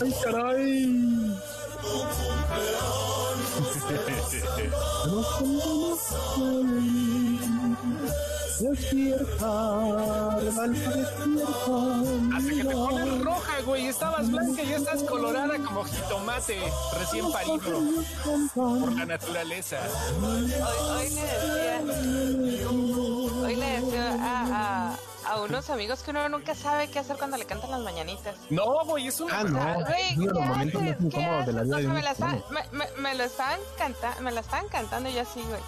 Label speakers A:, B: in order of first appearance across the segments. A: ¡Ay, caray!
B: Despierta, Rebalsa, despierta.
C: Hasta que te pones roja, güey. Estabas blanca y ya estás colorada como jitomate recién parido por la naturaleza.
D: Hoy, hoy le decía, hoy le decía a, a- a unos amigos que uno nunca sabe qué hacer cuando le cantan las mañanitas.
C: No, güey, es una.
A: Ah, no.
D: Ah, güey,
A: uno de
D: ¿qué
A: los momentos más
D: haces? ¿Qué
A: incómodos de la
D: haces?
A: vida
D: O
A: de
D: sea,
A: un
D: me la
A: humano.
D: estaban, me, me- me lo estaban cantando, me la estaban cantando y yo así, güey.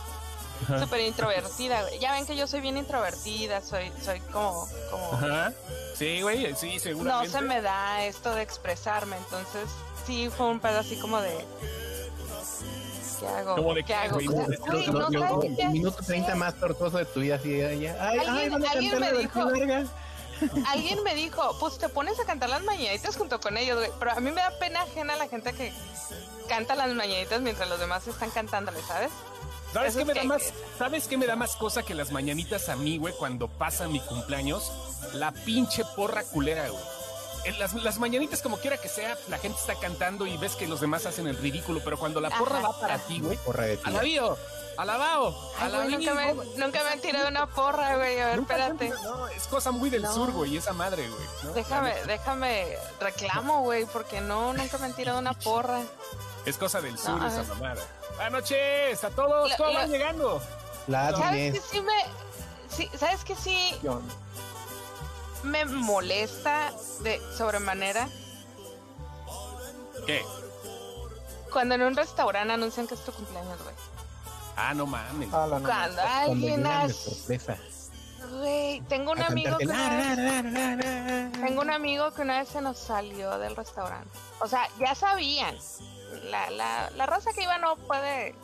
C: Ajá.
D: Súper introvertida, güey. Ya ven que yo soy bien introvertida, soy, soy como, como
C: Ajá. Sí, güey, sí, seguramente.
D: no se me da esto de expresarme, entonces sí fue un pedo así como de ¿Qué hago?
C: Como de
D: ¿Qué
C: qué,
D: hago?
C: güey,
D: O sea,
C: no,
D: güey,
C: no,
D: no
C: no,
D: sabes
C: no,
D: qué
A: el minuto
D: hacer.
A: 30 más tortuoso de tu vida, así, ya, ya. Ay, ay,
D: Alguien-
A: van a
D: alguien
A: cantar
D: me
A: la
D: dijo-
A: versión larga.
D: Alguien me dijo, pues te pones a cantar las mañanitas junto con ellos, güey. Pero a mí me da pena ajena la gente que canta las mañanitas mientras los demás están cantándole, ¿sabes?
C: ¿Sabes
D: Eso
C: qué
D: es
C: me da
D: que-
C: más? ¿Sabes qué me da más cosa que las mañanitas a mí, güey, cuando pasa mi cumpleaños? La pinche porra culera, güey. En Las, las mañanitas, como quiera que sea, la gente está cantando y ves que los demás hacen el ridículo, pero cuando la porra
D: Ajá.
C: va para ti, güey,
A: Porra de ti.
C: alabío, alabao,
D: Ay, güey,
C: alabío.
D: nunca, me, nunca me han tirado una porra, güey. A ver,
C: Nunca
D: espérate.
C: antes, no, es cosa muy del
D: No.
C: sur, güey, esa madre, güey. ¿no?
D: Déjame, déjame, reclamo, güey, porque no, nunca me han tirado una porra.
C: Es cosa del sur
D: No, a
C: esa
D: ver.
C: mamada. Buenas noches a todos,
D: Lo-
C: ¿cómo
D: lo-
C: van llegando?
A: La
D: ¿Sabes
A: admin
D: que
A: es.
D: sí me... sí, ¿Sabes que sí
A: ¿Qué onda?
D: me molesta de sobremanera?
C: ¿Qué?
D: Cuando en un restaurante anuncian que es tu cumpleaños, güey.
C: Ah, no mames.
A: Ah, la no,
D: Cuando
A: no,
D: alguien
A: llegan de
D: hace-
A: sorpresa
D: Güey, tengo un
A: a
D: amigo que
A: cantarte,
D: una vez-
A: la, la, la, la, la.
D: Tengo un amigo que una vez se nos salió del restaurante. O sea, ya sabían. La, la, la raza que iba no puede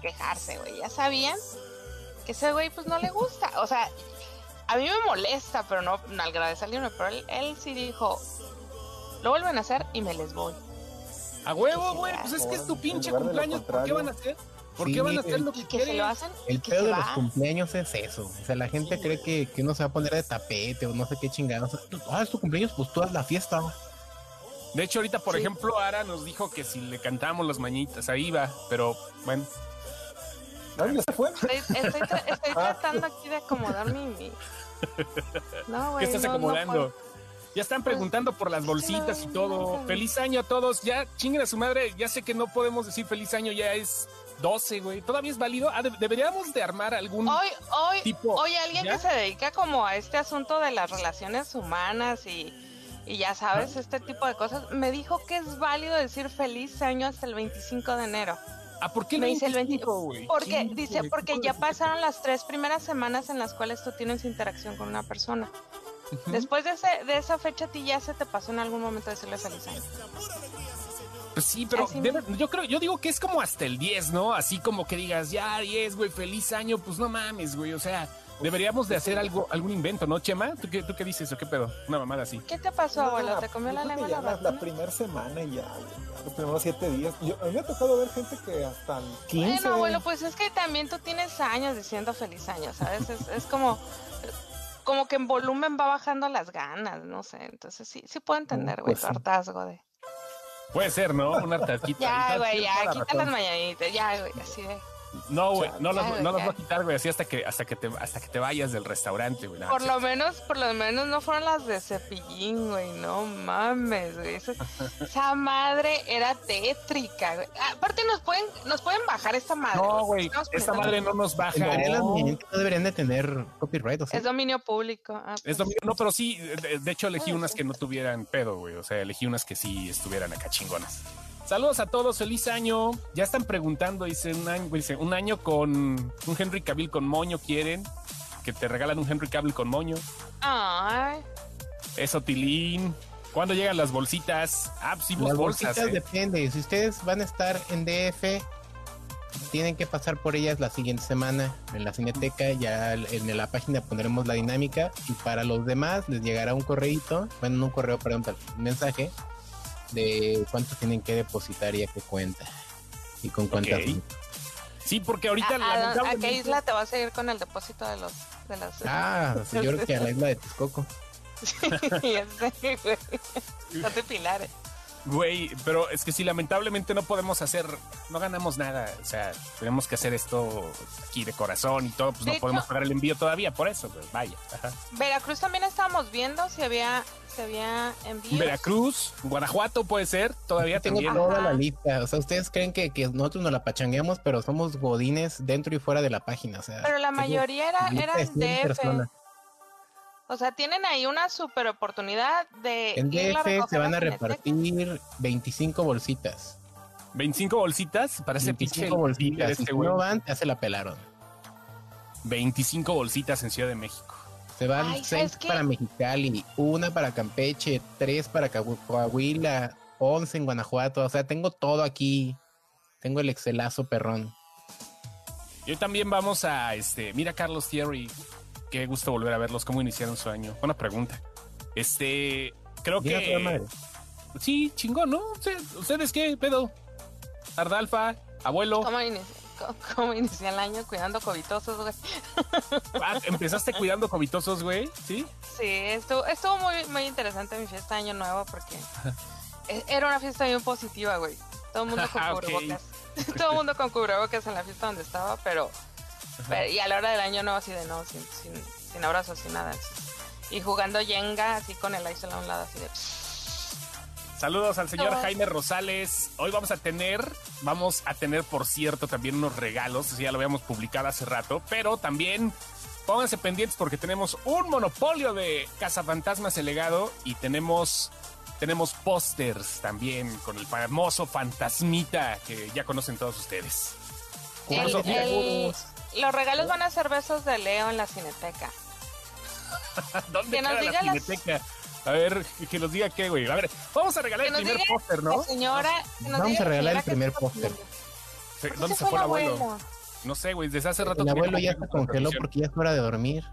D: quejarse, güey. Ya sabían que ese güey pues no le gusta. O sea, a mí me molesta, pero no, no al grado de salirme. Pero él, él sí dijo, lo vuelven a hacer y me les voy.
C: A huevo,
D: Sí,
C: güey,
D: sí,
C: pues es que es tu pinche
B: lugar de lo
C: cumpleaños, ¿por qué
B: contrario.
C: van a hacer? ¿Por
A: Sí,
C: qué van a hacer
A: el-
C: lo que
D: Que se lo
C: quieren?
D: hacen y
A: El
D: que
A: pedo
D: se
A: de los
D: va.
A: cumpleaños es eso. O sea, la gente cree que, que uno se va a poner de tapete o no sé qué chingados. Ah, es tu cumpleaños, pues tú haz la fiesta.
C: De hecho, ahorita, por
D: Sí.
C: ejemplo, Ara nos dijo que si le cantamos las mañitas, ahí va, pero bueno.
B: ¿Dónde se fue?
D: Estoy, estoy tra- estoy
C: Ah.
D: tratando aquí de acomodar mi... mi- No,
C: ¿Qué
D: güey,
C: estás
D: no, no
C: acomodando?
D: puedo. Pues,
C: ya están preguntando por las bolsitas y todo. Feliz año a todos. Ya, chinguen a su madre. Ya sé que no podemos decir feliz año, ya es 12, güey. Todavía es válido. Ah, de- deberíamos de armar algún
D: Hoy, hoy,
C: tipo.
D: Oye, alguien
C: ¿Ya?
D: que se dedica como a este asunto de las relaciones humanas y, y ya sabes, este tipo de cosas, me dijo que es válido decir feliz año hasta el 25 de enero.
C: Ah, ¿por qué
D: me dice el
C: 25, güey?
D: Porque,
C: Chingo,
D: dice,
C: güey,
D: porque
C: ¿cómo
D: ya
C: le-
D: pasaron las tres primeras semanas en las cuales tú tienes interacción con una persona.
C: Ujú.
D: Después de, ese- de esa fecha, a ti ya se te pasó en algún momento decirle feliz año.
C: Pues sí, pero
D: Así
C: debe- yo creo, yo digo que es como hasta el 10, ¿no? Así como que digas, ya 10, güey, feliz año, pues no mames, güey. O sea, deberíamos de hacer algo, algún invento, ¿no, Chema? ¿Tú qué, tú qué dices o qué pedo? Una mamada así.
D: ¿Qué te pasó, abuelo? ¿Te comió
B: yo
D: la
B: creo que
D: lengua la
B: ya la,
D: vacuna?
B: primera semana y ya, güey, los primeros siete días. Yo, a mí me ha tocado ver gente que hasta el 15.
D: Bueno, abuelo, pues es que también tú tienes años diciendo feliz año, ¿sabes? Es, es como, como que en volumen va bajando las ganas, no sé. Entonces sí, Ah, sí puedo entender, güey,
B: pues
D: tu
B: sí.
D: hartazgo de.
C: Puede ser, ¿no? Una hartazquita.
D: Ya,
C: Ahorita
D: güey,
C: tienes
D: ya,
C: toda la
D: quita
C: razón.
D: las mañanitas, ya, güey, así de.
C: No, güey, no,
D: Ya,
C: las-
D: güey,
C: no las
D: ya.
C: voy a quitar, güey, así hasta que, hasta que te, hasta que te vayas del restaurante, güey. No,
D: Por
C: sí.
D: lo menos, por lo menos no fueron las de cepillín, güey, no mames, güey. Esa, esa madre era tétrica, güey. Aparte nos pueden, nos pueden bajar esta madre.
C: No,
D: porque
C: güey,
D: estamos
C: esta
D: poniendo-
C: madre no nos
D: pues,
C: baja.
A: En teoría, las
C: No.
A: muñecas no deberían de tener copyright. O sea,
D: Es dominio público. ah,
C: Es
D: pues.
C: domingo, no, pero sí, de, de hecho elegí
D: Ah,
C: unas
D: sí.
C: que no tuvieran pedo, güey. O sea, elegí unas que sí estuvieran acá chingonas. Saludos a todos, feliz año. Ya están preguntando, dice un año, dice, un año con un Henry Cavill con moño quieren. Que te regalan un Henry Cavill con moño.
D: Ay.
C: Eso, Tilín. ¿Cuándo llegan las bolsitas? Ah, pues sí, pues
A: las
C: bolsas.
A: bolsitas
C: eh.
A: depende. Si ustedes van a estar en DF, tienen que pasar por ellas la siguiente semana en la cineteca. Ya en la página pondremos la dinámica. Y para los demás, les llegará un correíto. Bueno, no un correo, perdón, tal- un mensaje de cuánto tienen que depositar y a qué cuenta. Y con cuántas.
C: Sí, porque ahorita
D: ¿A- a, dónde- Ah, a
C: lamentablemente-
D: qué isla te vas a ir con el depósito de los de las
A: Ah, sí, yo creo que a la isla de Texcoco.
D: este, sí, ya sé, güey. No te pilares.
C: Güey, pero es que si lamentablemente no podemos hacer, no ganamos nada. O sea, tenemos que hacer esto aquí de corazón y todo, pues
D: De
C: no podemos
D: hecho-
C: pagar el envío todavía, por eso, pues, vaya. Ajá.
D: Veracruz también estábamos viendo si había, si había envíos.
C: Veracruz, Guanajuato puede ser, todavía
A: Tengo
C: también.
A: toda
D: Ajá.
A: la lista. O sea, ustedes creen que, que nosotros nos la pachangueamos, pero somos godines dentro y fuera de la página. O sea,
D: Pero la
A: tengo
D: mayoría era,
A: lista
D: era
A: de
D: en
A: 100
D: DF.
A: personas.
D: O sea, tienen ahí una super oportunidad de.
A: En
D: irla
A: DF
D: a
A: se
D: recoger
A: van a
D: Eh, la cineteca.
A: repartir 25 bolsitas.
C: 25 bolsitas para ese pinche
A: 25
C: dealer
A: bolsitas. Y
C: este
A: si
C: güey.
A: no van, ya se la pelaron.
C: 25 bolsitas en Ciudad de México.
A: Se van
D: Ay, ¿sabes
A: seis
D: qué?
A: para Mexicali, una para Campeche, tres para Cahu- Coahuila, once en Guanajuato. O sea, tengo todo aquí. Tengo el excelazo perrón.
C: Y hoy también vamos a este. Mira, Carlos Thierry. Qué gusto volver a verlos. ¿Cómo iniciaron su año? Buena pregunta. Este. Creo
A: Mira
C: que.
A: toda madre.
C: Sí, chingón, ¿no? Ustedes- ¿Ustedes qué, pedo? Ardalfa, abuelo.
D: ¿Cómo, inici- co- cómo inicié el año cuidando covitosos, güey?
C: Ah, empezaste cuidando covitosos, güey. Sí.
D: Sí, estuvo, estuvo muy, muy interesante mi fiesta de Año Nuevo porque e- era una fiesta bien positiva, güey. Todo el mundo con
C: Ah, ok.
D: cubrebocas. Todo el mundo con cubrebocas en la fiesta donde estaba, pero, pero- Y a la hora del Año Nuevo, así de no, sin, sin, sin abrazos, sin nada. así. Y jugando Jenga, así con el ISOL a un lado, así de.
C: Saludos al señor
D: No.
C: Jaime Rosales. Hoy vamos a tener, vamos a tener, por cierto, también unos regalos. Eso ya lo habíamos publicado hace rato, pero también pónganse pendientes porque tenemos un monopolio de Cazafantasmas el legado y tenemos tenemos pósters también con el famoso fantasmita que ya conocen todos ustedes.
D: El-
C: Curso
D: el- los regalos van a ser besos de Leo en la cineteca.
C: ¿Dónde
D: que nos
C: queda la
D: diga las-
C: cineteca? A ver, que nos diga qué, güey. A ver, vamos a regalar
D: Que
C: el
D: nos
C: primer
D: diga
C: póster,
D: La
C: ¿no?
D: señora. que nos
A: Vamos
D: diga
A: a regalar
D: la
A: el
D: señora que
A: primer
D: está
A: póster.
D: comiendo. Pues
C: ¿Dónde se fue el abuelo? No sé, güey. Desde hace rato
A: El
C: tenía
A: abuelo
C: como
A: ya
C: que
A: se
C: esa
A: congeló
C: transmisión.
A: porque ya es hora de dormir.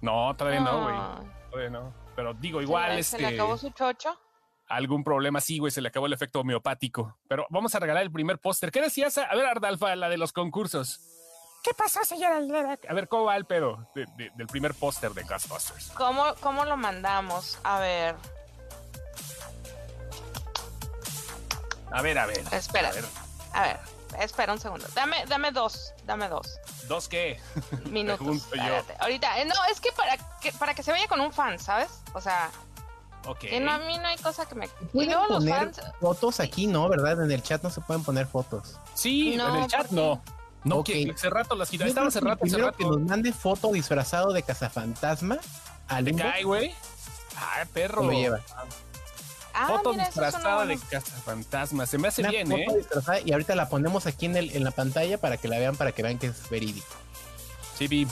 C: No, todavía no, güey.
D: Ay,
C: Todavía no. Pero digo,
D: se
C: igual
D: le- Ah. Se le
C: este,
D: acabó su chocho.
C: algún problema sí, güey, se le acabó el efecto homeopático. Pero vamos a regalar el primer póster. ¿Qué decías? A ver, Ardalfa, la de los concursos. ¿Qué pasó, señora Aldera? A ver, ¿cómo va el pedo de- de- del primer póster de Ghostbusters?
D: ¿Cómo, ¿Cómo lo mandamos? A ver,
C: A ver, a ver.
D: Espera.
C: A ver,
D: a ver, espera un segundo. Dame, dame dos, dame dos
C: ¿Dos qué?
D: minutos.
C: junto yo.
D: espérate. Ahorita, eh, no, es que para que para que se vaya con un fan, ¿sabes? O sea,
C: Ok.
D: que no, a mí no hay cosa que me.
A: ¿Pueden
D: Luego los
A: poner
D: fans.
A: fotos aquí? No, ¿verdad? En el chat no se pueden poner fotos.
C: Sí,
D: No, pues
C: en el chat
D: porque-
C: no. No,
A: Ok.
C: que hace rato las quitaba.
A: Yo creo
C: Estaba hace
A: que el
C: rato, hace
A: primero que
C: rato.
A: nos mande foto disfrazado de cazafantasma al
C: ¿Te
A: inbox,
C: cae, güey? Ah, perro.
A: lo lleva.
D: Ah,
C: Foto
D: mira, eso es una
C: disfrazada de
D: buena-
C: cazafantasmas. Se me hace
A: Una
C: bien,
A: foto
C: ¿eh?
A: disfrazada y ahorita la ponemos aquí en, el, en la pantalla para que la vean, para que vean que es verídico.
C: Sipi.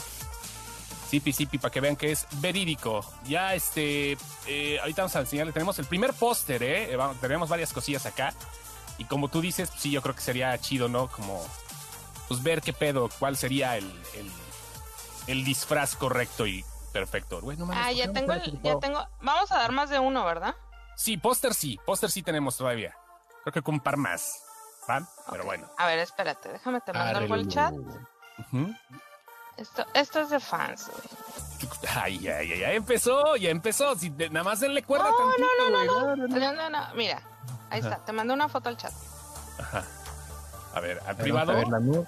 C: Sipi, sipi, para que vean que es verídico. Ya, este, eh, ahorita vamos a enseñarles. Tenemos el primer póster, ¿eh? Eh, vamos- tenemos varias cosillas acá. Y como tú dices, pues, sí, yo creo que sería chido, ¿no? Como, pues ver qué pedo, cuál sería el, el, el disfraz correcto y perfecto. Güey, no mames,
D: Ah,
C: ¿por qué
D: ya
C: no
D: tengo,
C: puedo
D: el-
C: ocupar?
D: ya tengo. Vamos a dar más de uno, ¿verdad?
C: Sí, póster sí, póster sí tenemos todavía. Creo que con un par más, ¿van? Pero
D: Ok.
C: bueno.
D: A ver, espérate, déjame te mando algo al
A: Arre,
D: chat.
C: Ujú.
D: Esto, esto es de fans. güey.
C: Ay, ay, ay, ya empezó, ya empezó. Si de- nada más denle cuerda tantito, güey. No, no, no.
D: No, no, no, mira. Ahí
C: Ajá.
D: está, te mando una foto al chat.
C: Ajá. A ver, ¿al
A: Vamos
C: privado?
A: a ver la nube.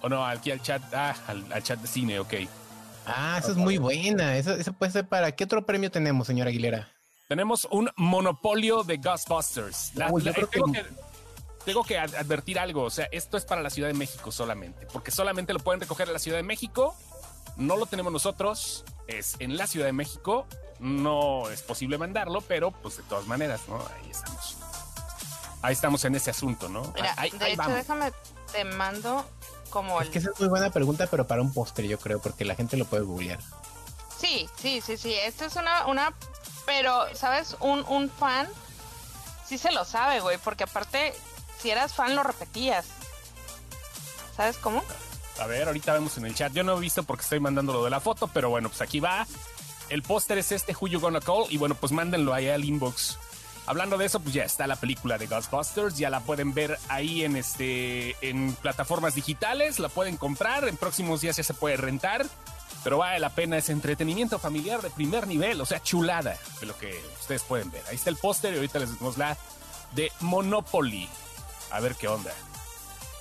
C: ¿O no? Aquí al chat. Ah, al, al chat de cine, ok.
A: Ah, esa es muy buena. Eso, eso puede ser para. ¿Qué otro premio tenemos, señora Aguilera?
C: Tenemos un monopolio de Ghostbusters. La-
A: Uy, yo
C: la-
A: creo
C: tengo, que...
A: que-
C: tengo que ad- advertir algo. O sea, esto es para la Ciudad de México solamente. Porque solamente lo pueden recoger en la Ciudad de México. No lo tenemos nosotros. Es en la Ciudad de México. No es posible mandarlo, pero pues de todas maneras, ¿no? Ahí estamos. Ahí estamos en ese asunto, ¿no?
D: Mira,
C: ahí,
D: de
C: ahí
D: hecho,
C: vamos.
D: déjame, te mando como el.
A: Es que esa es muy buena pregunta, pero para un postre, yo creo, porque la gente lo puede googlear.
D: Sí, sí, sí, sí. Esto es una, una, pero, ¿sabes? Un, un fan sí se lo sabe, güey, porque aparte, si eras fan, lo repetías. ¿Sabes cómo?
C: A ver, ahorita vemos en el chat. Yo no he visto porque estoy mandando lo de la foto, pero bueno, pues aquí va. El póster es este, Who You Gonna Call, y bueno, pues mándenlo ahí al inbox. Hablando de eso, pues ya está la película de Ghostbusters, ya la pueden ver ahí en este en plataformas digitales, la pueden comprar, en próximos días ya se puede rentar, pero vale la pena ese entretenimiento familiar de primer nivel, o sea, chulada de lo que ustedes pueden ver. Ahí está el póster y ahorita les decimos la de Monopoly. A ver qué onda.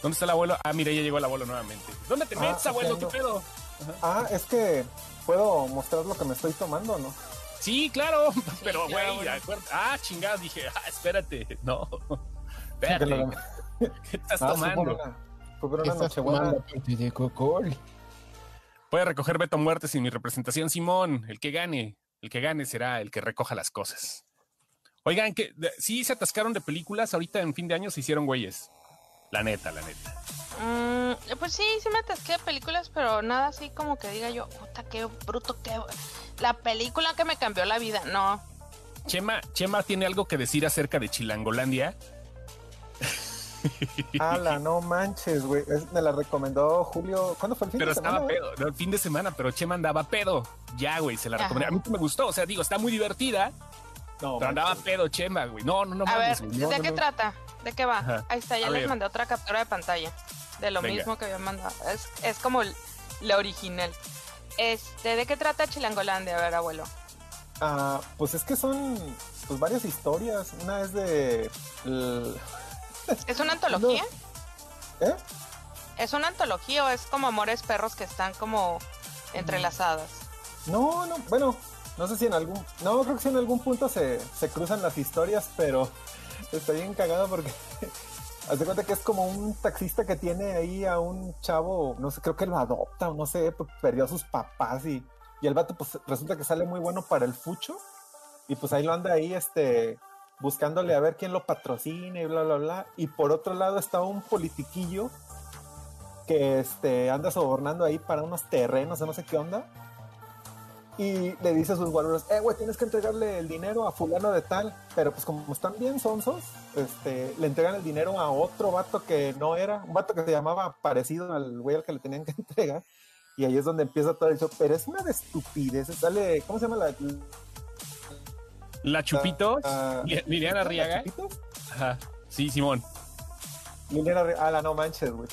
C: ¿Dónde está el abuelo? Ah, mira, ya llegó el abuelo nuevamente. ¿Dónde te
B: Ah,
C: metes, abuelo?
B: ok,
C: ¿Qué
B: no.
C: pedo?
B: Ah, es que puedo mostrar lo que me estoy tomando, ¿no?
C: Sí, claro, pero
D: claro,
C: güey,
D: bueno.
C: acuérdate. ah, chingada, dije, ah, espérate, no. Espérate,
B: Que lo-
C: ¿qué estás
B: Ah, sí, fue
C: tomando?
B: una- fue una
A: Estás
B: nochebuena.
A: tomando parte de Coca-Cola.
C: Puede recoger Beto Muerte sin mi representación, Simón. El que gane, el que gane será el que recoja las cosas. Oigan, que de- sí se atascaron de películas, ahorita en fin de año se hicieron güeyes. La neta, la neta.
D: Mm, pues sí, sí me atasqué de películas, pero nada así como que diga yo, puta, qué bruto, qué. La película que me cambió la vida, no.
C: Chema, Chema tiene algo que decir acerca de Chilangolandia.
B: Ala, no manches, güey. Es- Me la recomendó Julio. ¿Cuándo fue el fin
C: Pero
B: de semana?
C: estaba
B: güey?
C: pedo, no, el fin de semana, pero Chema andaba pedo. Ya, güey, se la
D: Ajá.
C: recomendé. A mí me gustó, o sea, digo, está muy divertida,
B: No,
C: pero andaba
B: manches.
C: pedo, Chema, güey. No, no, no
D: A ver,
C: mames, güey, no,
D: ¿de
C: no,
D: qué
C: no.
D: trata? ¿De qué va?
C: Ajá.
D: Ahí está, ya
C: A
D: les
C: ver.
D: mandé otra captura de pantalla de lo
C: Venga.
D: mismo que había mandado. Es, es como el- la original. Este, ¿de qué trata Chilangolandia? A ver, abuelo.
B: Ah, pues es que son pues, varias historias. Una es de. l-
D: ¿Es una antología?
B: ¿Eh?
D: ¿Es una antología o es como Amores Perros que están como entrelazadas?
B: No, no, bueno, no sé si en algún. No, creo que sí en algún punto se, se cruzan las historias, pero está bien cagado porque. Haz de cuenta que es como un taxista que tiene ahí a un chavo, no sé, creo que lo adopta o no sé, p- perdió a sus papás y, y el vato pues resulta que sale muy bueno para el fucho y pues ahí lo anda ahí este buscándole a ver quién lo patrocina y bla bla bla y por otro lado está un politiquillo que este anda sobornando ahí para unos terrenos o no sé qué onda y le dice a sus guaruras, eh, güey, tienes que entregarle el dinero a fulano de tal. Pero pues como están bien sonsos, este, le entregan el dinero a otro vato que no era, un vato que se llamaba parecido al güey al que le tenían que entregar. Y ahí es donde empieza todo el show. Pero es una de estupideces. Sale, ¿cómo se llama la...
C: La Chupitos,
B: la-
C: Li- Liliana
B: la
C: Riaga.
B: Chupitos?
C: Ajá. Sí, Simón.
B: Liliana Riaga. Ah, la no manches, güey.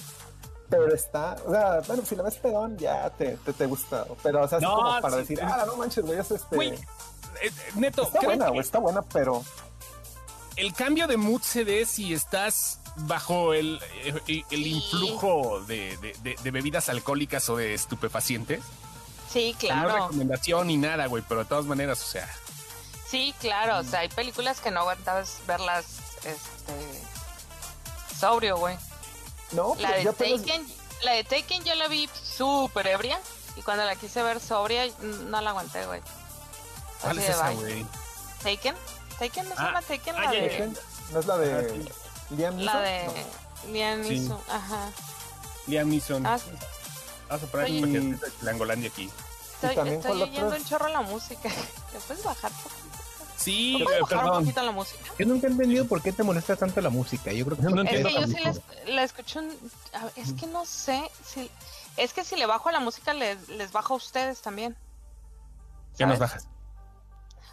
B: Pero está, o sea, bueno, si la ves pedón, ya te, te, te gusta. Pero, o sea, así
C: No,
B: como para
C: sí,
B: decir,
C: pero-
B: ah, la no manches, güey, es este.
C: Güey, eh, eh, Neto,
B: está
C: creo
B: buena,
C: que
B: güey, está buena, pero.
C: el cambio de mood se dé si estás bajo el, el- el
D: Sí.
C: influjo de, de- de- de bebidas alcohólicas o de estupefacientes.
D: Sí,
C: O sea, No es
D: claro.
C: recomendación ni nada, güey, pero de todas maneras, o sea,
D: Sí, claro. O sea, hay películas que no aguantas verlas, este, sobrio, güey.
B: No,
D: La
B: pero
D: de
B: yo apenas-
D: Taken, la de Taken yo la vi súper ebria y cuando la quise ver sobria n- no la aguanté, güey.
C: ¿cuál
D: Así
C: es
D: de
C: esa,
D: bye.
C: güey?
D: Taken, Taken no se
C: Ah,
D: llama Taken,
C: ah,
D: la
C: ya, ya,
D: de,
B: Taken, ¿No es la de
C: Ajá, Ah, sí.
B: Liam Neeson?
D: la de Liam
C: Sí.
D: Neeson, ajá.
C: Liam Neeson.
D: Ah,
C: Vas a poner
D: oye.
C: un paquete de Langolandia aquí.
D: Estoy,
B: también
D: estoy
B: cuál
D: oyendo
B: otra?
D: un chorro la música. ¿Le puedes bajar? poco?
C: Sí, eh,
D: ¿Le puedes bajar un
C: perdón.
D: poquito la música?
A: Yo nunca he entendido por qué te molesta tanto la música. Yo creo que
C: No
A: porque
D: Es
C: entiendo
D: que yo sí
A: tampoco.
D: la, es- la escucho, un- a ver, es que no sé, si, es que si le bajo a la música les, les bajo a ustedes también.
C: Ya nos
D: ¿sabes?
C: bajas.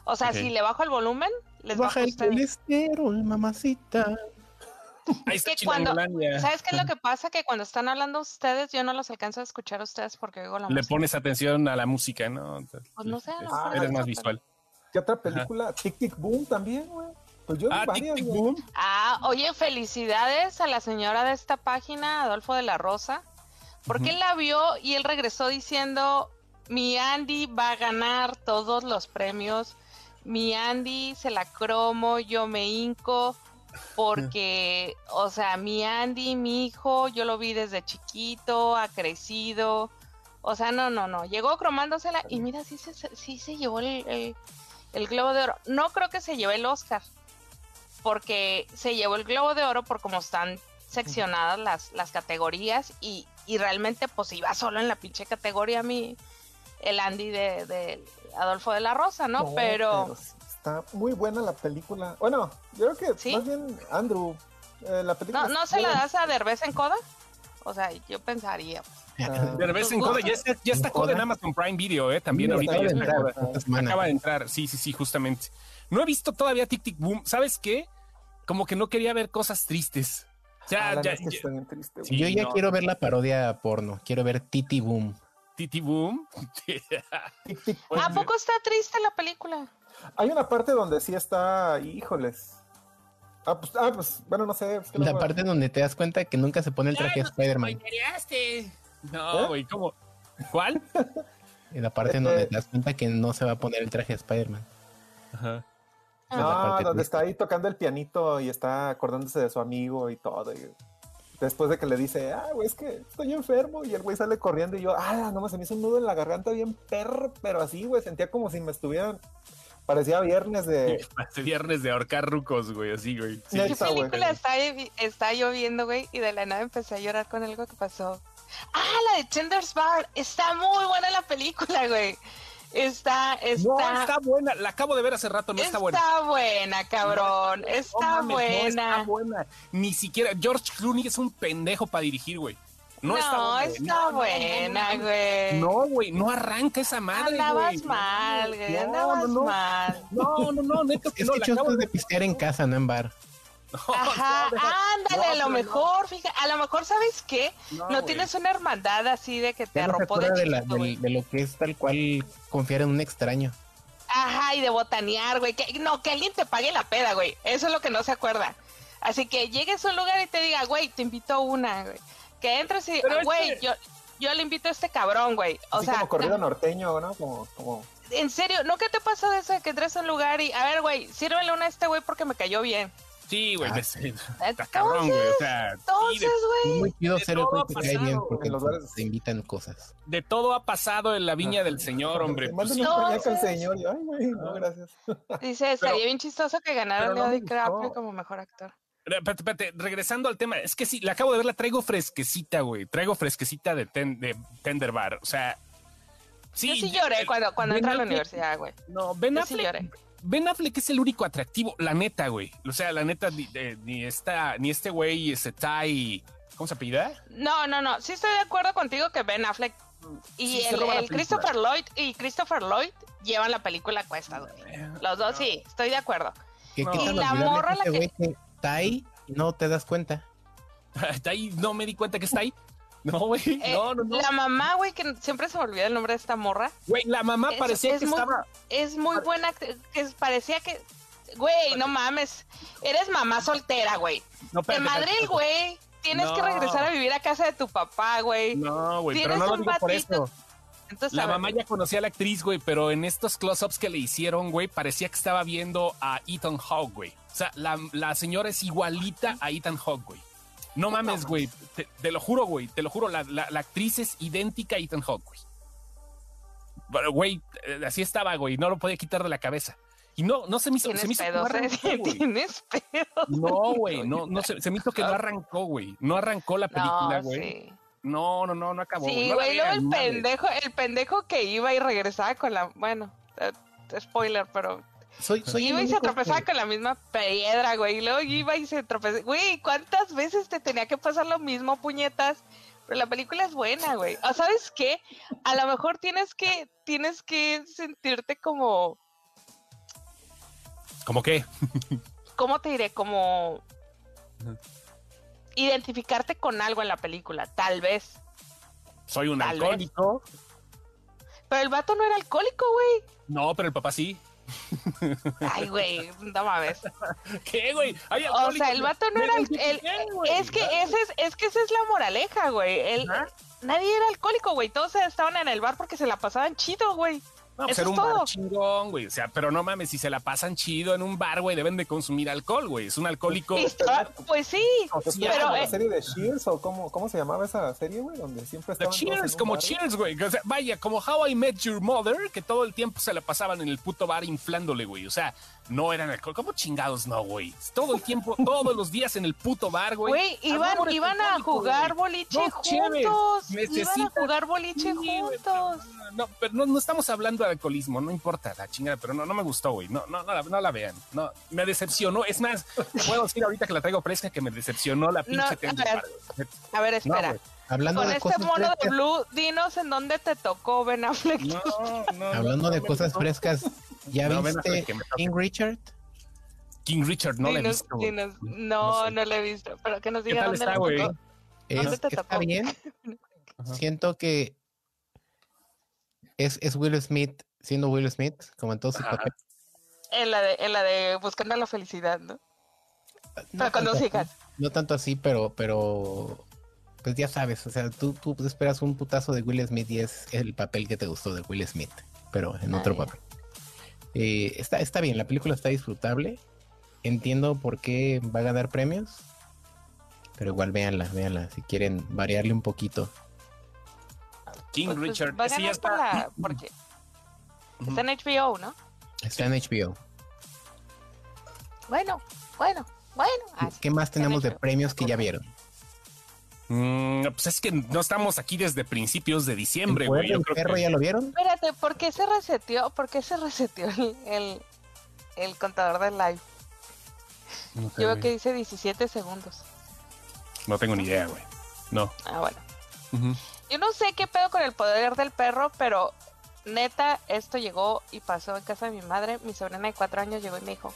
D: O sea,
C: Ok.
D: si le bajo el volumen, les bajo
A: Baja
D: a
A: el
D: ustedes.
A: colesterol, mamacita.
C: Ahí está
D: que cuando-
C: Chilangolandia.
D: ¿Sabes qué es lo que pasa? Que cuando están hablando ustedes, yo no los alcanzo a escuchar a ustedes porque oigo la
C: Le
D: música.
C: pones atención a la música, ¿no?
D: Pues no sé, a lo
C: Es-
D: mejor
C: Eres
D: no,
C: más
D: pero-
C: visual.
B: ¿Qué otra película? Tic Tic Boom también, güey. Pues yo vi
C: Ah, Tic
B: varias,
C: Tic
B: güey.
C: Boom.
D: Ah, oye, felicidades a la señora de esta página, Adolfo de la Rosa, porque él la vio y él regresó diciendo, mi Andy va a ganar todos los premios, mi Andy se la cromo, yo me hinco, porque, o sea, mi Andy, mi hijo, yo lo vi desde chiquito, ha crecido, o sea, no, no, no, llegó cromándosela y mira, sí se, sí se llevó el- el- el Globo de Oro. No creo que se lleve el Oscar porque se llevó el Globo de Oro por cómo están seccionadas las, las categorías y, y realmente pues iba solo en la pinche categoría mi el Andy de, de Adolfo de la Rosa, ¿no? pero
B: sí, Está muy buena la película. Bueno, yo creo que
D: ¿Sí?
B: más bien Andrew. eh, la película
D: no, no se la das a Derbez en coda. O sea, yo pensaría.
B: Ah,
C: De vez en cuando ya está, ya está Coda en Amazon Prime Video, ¿eh? También
A: Me
C: ahorita
A: acaba
C: ya
A: de
C: está
A: entrar
C: Coda.
A: esta semana.
C: Acaba de entrar, sí, sí, sí, justamente. No he visto todavía Tic Tic Boom. ¿Sabes qué? Como que no quería ver cosas tristes. Ya,
B: ah, la
C: ya,
B: neta
C: ya-
B: está bien triste, güey.
C: Sí,
A: Yo ya
C: no.
A: quiero ver la parodia porno. Quiero ver Titi Boom.
C: Titi Boom.
B: Tic Tic Boom.
D: ¿A poco está triste la película?
B: Hay una parte donde sí está, híjoles. Ah, pues, ah, pues, bueno, no sé. es que no
A: La
B: me-
A: parte donde te das cuenta que nunca se pone el traje de Spider-Man.
C: No,
B: ¿Eh?
C: güey, ¿cómo? ¿Cuál?
A: En la parte en donde te das cuenta que no se va a poner el traje de Spider-Man.
C: Ajá.
A: es la
B: Ah,
A: parte triste.
B: donde está ahí tocando el pianito y está acordándose de su amigo y todo. y después de que le dice, ah, güey, es que estoy enfermo. Y el güey sale corriendo y yo, ah, no, se me hizo un nudo en la garganta bien perro, pero así, güey, sentía como si me estuvieran. Parecía viernes de.
C: Este viernes de ahorcar rucos, güey, así, güey. Sí.
B: Neta,
D: ¿Qué
B: güey.
D: película está, está lloviendo, güey? Y de la nada empecé a llorar con algo que pasó. Ah, la de Chandler's Bar. Está muy buena la película, güey. Está, está,
C: No, está buena. La acabo de ver hace rato, no está, buena.
D: está buena, cabrón.
C: No
D: está
C: mames, no
D: buena.
C: está buena. Ni siquiera George Clooney es un pendejo para dirigir, güey. No, está buena. güey.
D: está buena, güey.
C: No, güey, no arranca esa madre,
D: andabas
C: güey.
D: mal, güey.
C: No,
D: andabas
C: no, no.
D: mal.
C: No, no, no, neta, que
A: Es
C: no,
A: que
C: la
A: chusco
C: acabo
A: es
C: de
A: de pistear en casa, no en bar.
D: Ajá, ándale, a lo mejor, fija, a lo mejor, ¿sabes qué? No,
C: Ah, güey.
D: tienes una hermandad así de que te
A: Ya no se
D: arropó de
A: acuerda de, la-
D: chiquito,
A: del-
D: güey.
A: de lo que es tal cual confiar en un extraño.
D: Ajá, y de botanear, güey. Que, no, que alguien te pague la peda, güey. Eso es lo que no se acuerda. Así que llegues a un lugar y te diga, güey, te invito a una, güey. Que entres y,
C: Pero
D: "Ah,
C: es
D: güey,
C: que-
D: yo, yo le invito a este cabrón, güey. O
B: así
D: sea,
B: como corrido norteño, ¿no? Como, como
D: en serio, ¿no qué te pasa de eso de que entres a un lugar y, a ver, güey, sírvele una a este güey porque me cayó bien?
C: Sí, güey,
A: Ah,
C: me- está
D: Entonces,
C: cabrón, güey. O sea, sí, de,
D: Entonces, güey.
A: Es muy chido
C: de
A: ser el
C: todo
A: güey
C: ha
A: que cae
C: pasado
A: bien porque
B: en los bares.
A: te invitan cosas.
C: de todo ha pasado en la viña del señor, hombre.
B: Mándale
C: Pues sí,
B: un
D: No,
B: coñac al
D: sí.
B: señor. y, ay, güey, no, gracias.
D: Dice, estaría bien chistoso que ganara
B: pero no
D: Leo
B: me
D: DiCaprio
B: gustó.
D: como mejor actor.
C: Pero, Espérate, espérate, regresando al tema, es que sí, la acabo de ver, la traigo fresquecita, güey. Traigo fresquecita de, ten- de Tender Bar. O sea, sí.
D: Yo sí lloré cuando, cuando
C: Ben
D: entré a la
C: Affleck-
D: universidad, güey.
C: No, Ben
D: Yo sí
C: Affleck.
D: lloré.
C: Ben Affleck es el único atractivo, la neta, güey. O sea, la neta, ni, eh, ni esta, ni este güey, este Ty. ¿Cómo se apellida?
D: No, no, no. Sí estoy de acuerdo contigo que Ben Affleck y
C: Sí, se
D: el,
C: roba la
D: el
C: película.
D: Christopher Lloyd y Christopher Lloyd llevan la película a cuestas, güey. Los dos sí, estoy de acuerdo.
A: Que
C: No.
A: qué
C: Y
A: tan
D: la
A: olvidable
D: morra
A: es ese
D: la
A: güey que está ahí y no te das cuenta.
C: Está ahí, no me di cuenta que está ahí. No, güey.
D: Eh,
C: no, no, no.
D: La mamá, güey, que siempre se me olvida el nombre de esta morra,
C: Güey, la mamá
D: es-
C: parecía
D: es
C: que
D: muy-
C: estaba.
D: es muy buena, actriz, que es- parecía que... Güey, no mames, eres mamá soltera, güey.
C: No,
D: De
C: espérate, espérate,
D: Madrid,
C: espérate.
D: güey. Tienes que
C: No.
D: regresar a vivir a casa de tu papá, güey.
C: No, güey, pero
D: Tienes
C: no lo
D: un
C: digo por
D: batito.
C: eso.
D: Entonces, a
C: La
D: ver,
C: mamá ya conocía a la actriz, güey, pero en estos close-ups que le hicieron, güey, parecía que estaba viendo a Ethan Hawke, güey. O sea, la, la señora es igualita a Ethan Hawke, güey. No mames, güey. Te, te lo juro, güey. Te lo juro. La, la- la actriz es idéntica a Ethan Hawke, güey. Pero, güey, eh, así estaba, güey. No lo podía quitar de la cabeza. Y no, no se me hizo. Se me
D: Tienes
C: hizo que
D: pedos,
C: no
D: ¿eh?
C: arrancó, güey.
D: tienes pedos.
C: No, güey. No, no se, se me hizo que no arrancó, güey. No arrancó la película,
D: No,
C: güey.
D: sí.
C: No, no, no, no acabó.
D: Sí,
C: No la
D: güey, luego
C: vean,
D: el
C: madre.
D: pendejo, el pendejo que iba y regresaba con la, bueno, eh, spoiler, pero
A: Soy, soy el
D: iba y se
A: único
D: tropezaba
A: que-
D: con la misma piedra, güey, y luego iba y se tropezaba, güey, ¿cuántas veces te tenía que pasar lo mismo, puñetas? Pero la película es buena, güey. O sabes qué, a lo mejor tienes que, tienes que sentirte como,
C: ¿Cómo qué?
D: ¿cómo te diré? Como
C: Ujú.
D: identificarte con algo en la película, tal vez.
C: Soy un
D: Tal vez.
C: alcohólico.
D: Pero el vato no era alcohólico, güey.
C: No, pero el papá sí.
D: Ay, güey, no mames.
C: ¿Qué, güey? Hay
D: O sea, el
C: alcohólicos.
D: vato no
C: Me
D: era
C: dan
D: al- el-
C: bien, güey.
D: es que ese es, es que esa es la moraleja, güey. El-
C: Ajá.
D: nadie era alcohólico, güey. Todos estaban en el bar porque se la pasaban chido, güey.
C: No, pues
D: eso
C: era
D: es
C: un bar
D: todo.
C: chingón, güey. O sea, pero no mames, si se la pasan chido en un bar, güey, deben de consumir alcohol, güey. Es un alcohólico.
D: Y estaba- pues sí.
B: ¿Es
C: Sí,
D: pero,
B: como la
D: eh,
B: serie de Shears o cómo, cómo se llamaba esa serie, güey? Donde siempre
C: Pero
B: estaban. todos en
C: cheers,
B: un
C: como
B: bar.
C: cheers, güey. O sea, vaya, como How I Met Your Mother, que todo el tiempo se la pasaban en el puto bar inflándole, güey. O sea, no eran alcohol. ¿Cómo chingados no, güey? Todo el tiempo, todos los días en el puto bar, güey.
D: Güey, iban,
C: Amores
D: iban a
C: alcohólicos,
D: jugar boliche
C: Dos cheves.
D: juntos. Iban a
C: Necesitas-
D: jugar
C: Sí,
D: boliche
C: güey,
D: juntos.
C: No, no, pero no, no estamos hablando de alcoholismo, no importa la chingada, pero no, no me gustó, güey. No, no, no, la, no la vean. No, me decepcionó. Es más, puedo decir ahorita que la traigo fresca que me decepcionó la
D: No,
C: pinche
D: a
C: Tender
D: ver,
C: Bar, güey.
D: A ver,
C: No,
D: espera.
C: güey,
A: Hablando
D: Con
A: de
D: este
A: cosas
D: mono de
A: frescas,
D: blue, dinos en dónde te tocó Ben Affleck.
C: no, no,
A: hablando
C: no,
A: de
C: no me
A: cosas
C: gustó.
A: frescas, ¿ya
C: No, ven hasta
A: viste
C: que me toque.
A: King Richard?
C: King Richard, no la he
D: Dinos-
C: visto. güey.
D: dinos-
C: No
D: no,
C: sé.
D: no la he visto. Pero que nos
C: ¿Qué
D: diga
C: tal
D: dónde
C: está,
D: la
C: güey?
D: tocó.
A: Es-
D: ¿Dónde te
A: está
D: tapó?
A: bien.
C: Ajá.
A: Siento que es, es Will Smith siendo Will Smith, como en todo su
C: Ajá.
A: papel.
D: En la de, en la de Buscando la Felicidad, ¿no?
A: No,
D: con
A: tanto,
D: música.
A: no tanto así, pero, pero pues ya sabes, o sea, tú, tú esperas un putazo de Will Smith y es el papel que te gustó de Will Smith, pero en otro
D: Ay.
A: papel. Eh, está, está bien, la película está disfrutable. Entiendo por qué va a ganar premios, pero igual véanla, véanla, si quieren variarle un poquito.
C: King
D: Pues, pues,
C: Richard.
D: va a
C: Sí,
D: ganar
C: está-
D: por la- porque
C: Ujú.
D: está en HBO, ¿no?
A: Está en HBO.
D: Bueno, bueno, bueno. así.
A: ¿Qué más tenemos de
D: HBO.
A: premios que ya vieron?
C: Mm, pues es que no estamos aquí desde principios de diciembre,
A: ¿El
C: güey.
A: poder
C: Yo
A: del
C: creo
A: perro
C: que-
A: ya lo vieron?
D: Espérate, ¿por qué se reseteó? ¿Por qué se reseteó el, el, el contador del live?
C: No sé,
D: Yo veo
C: güey.
D: que dice 17 segundos.
C: No tengo ni idea, güey. No.
D: Ah, bueno. Yo no sé qué pedo con el poder del perro, pero neta, esto llegó y pasó en casa de mi madre. Mi sobrina de cuatro años llegó y me dijo,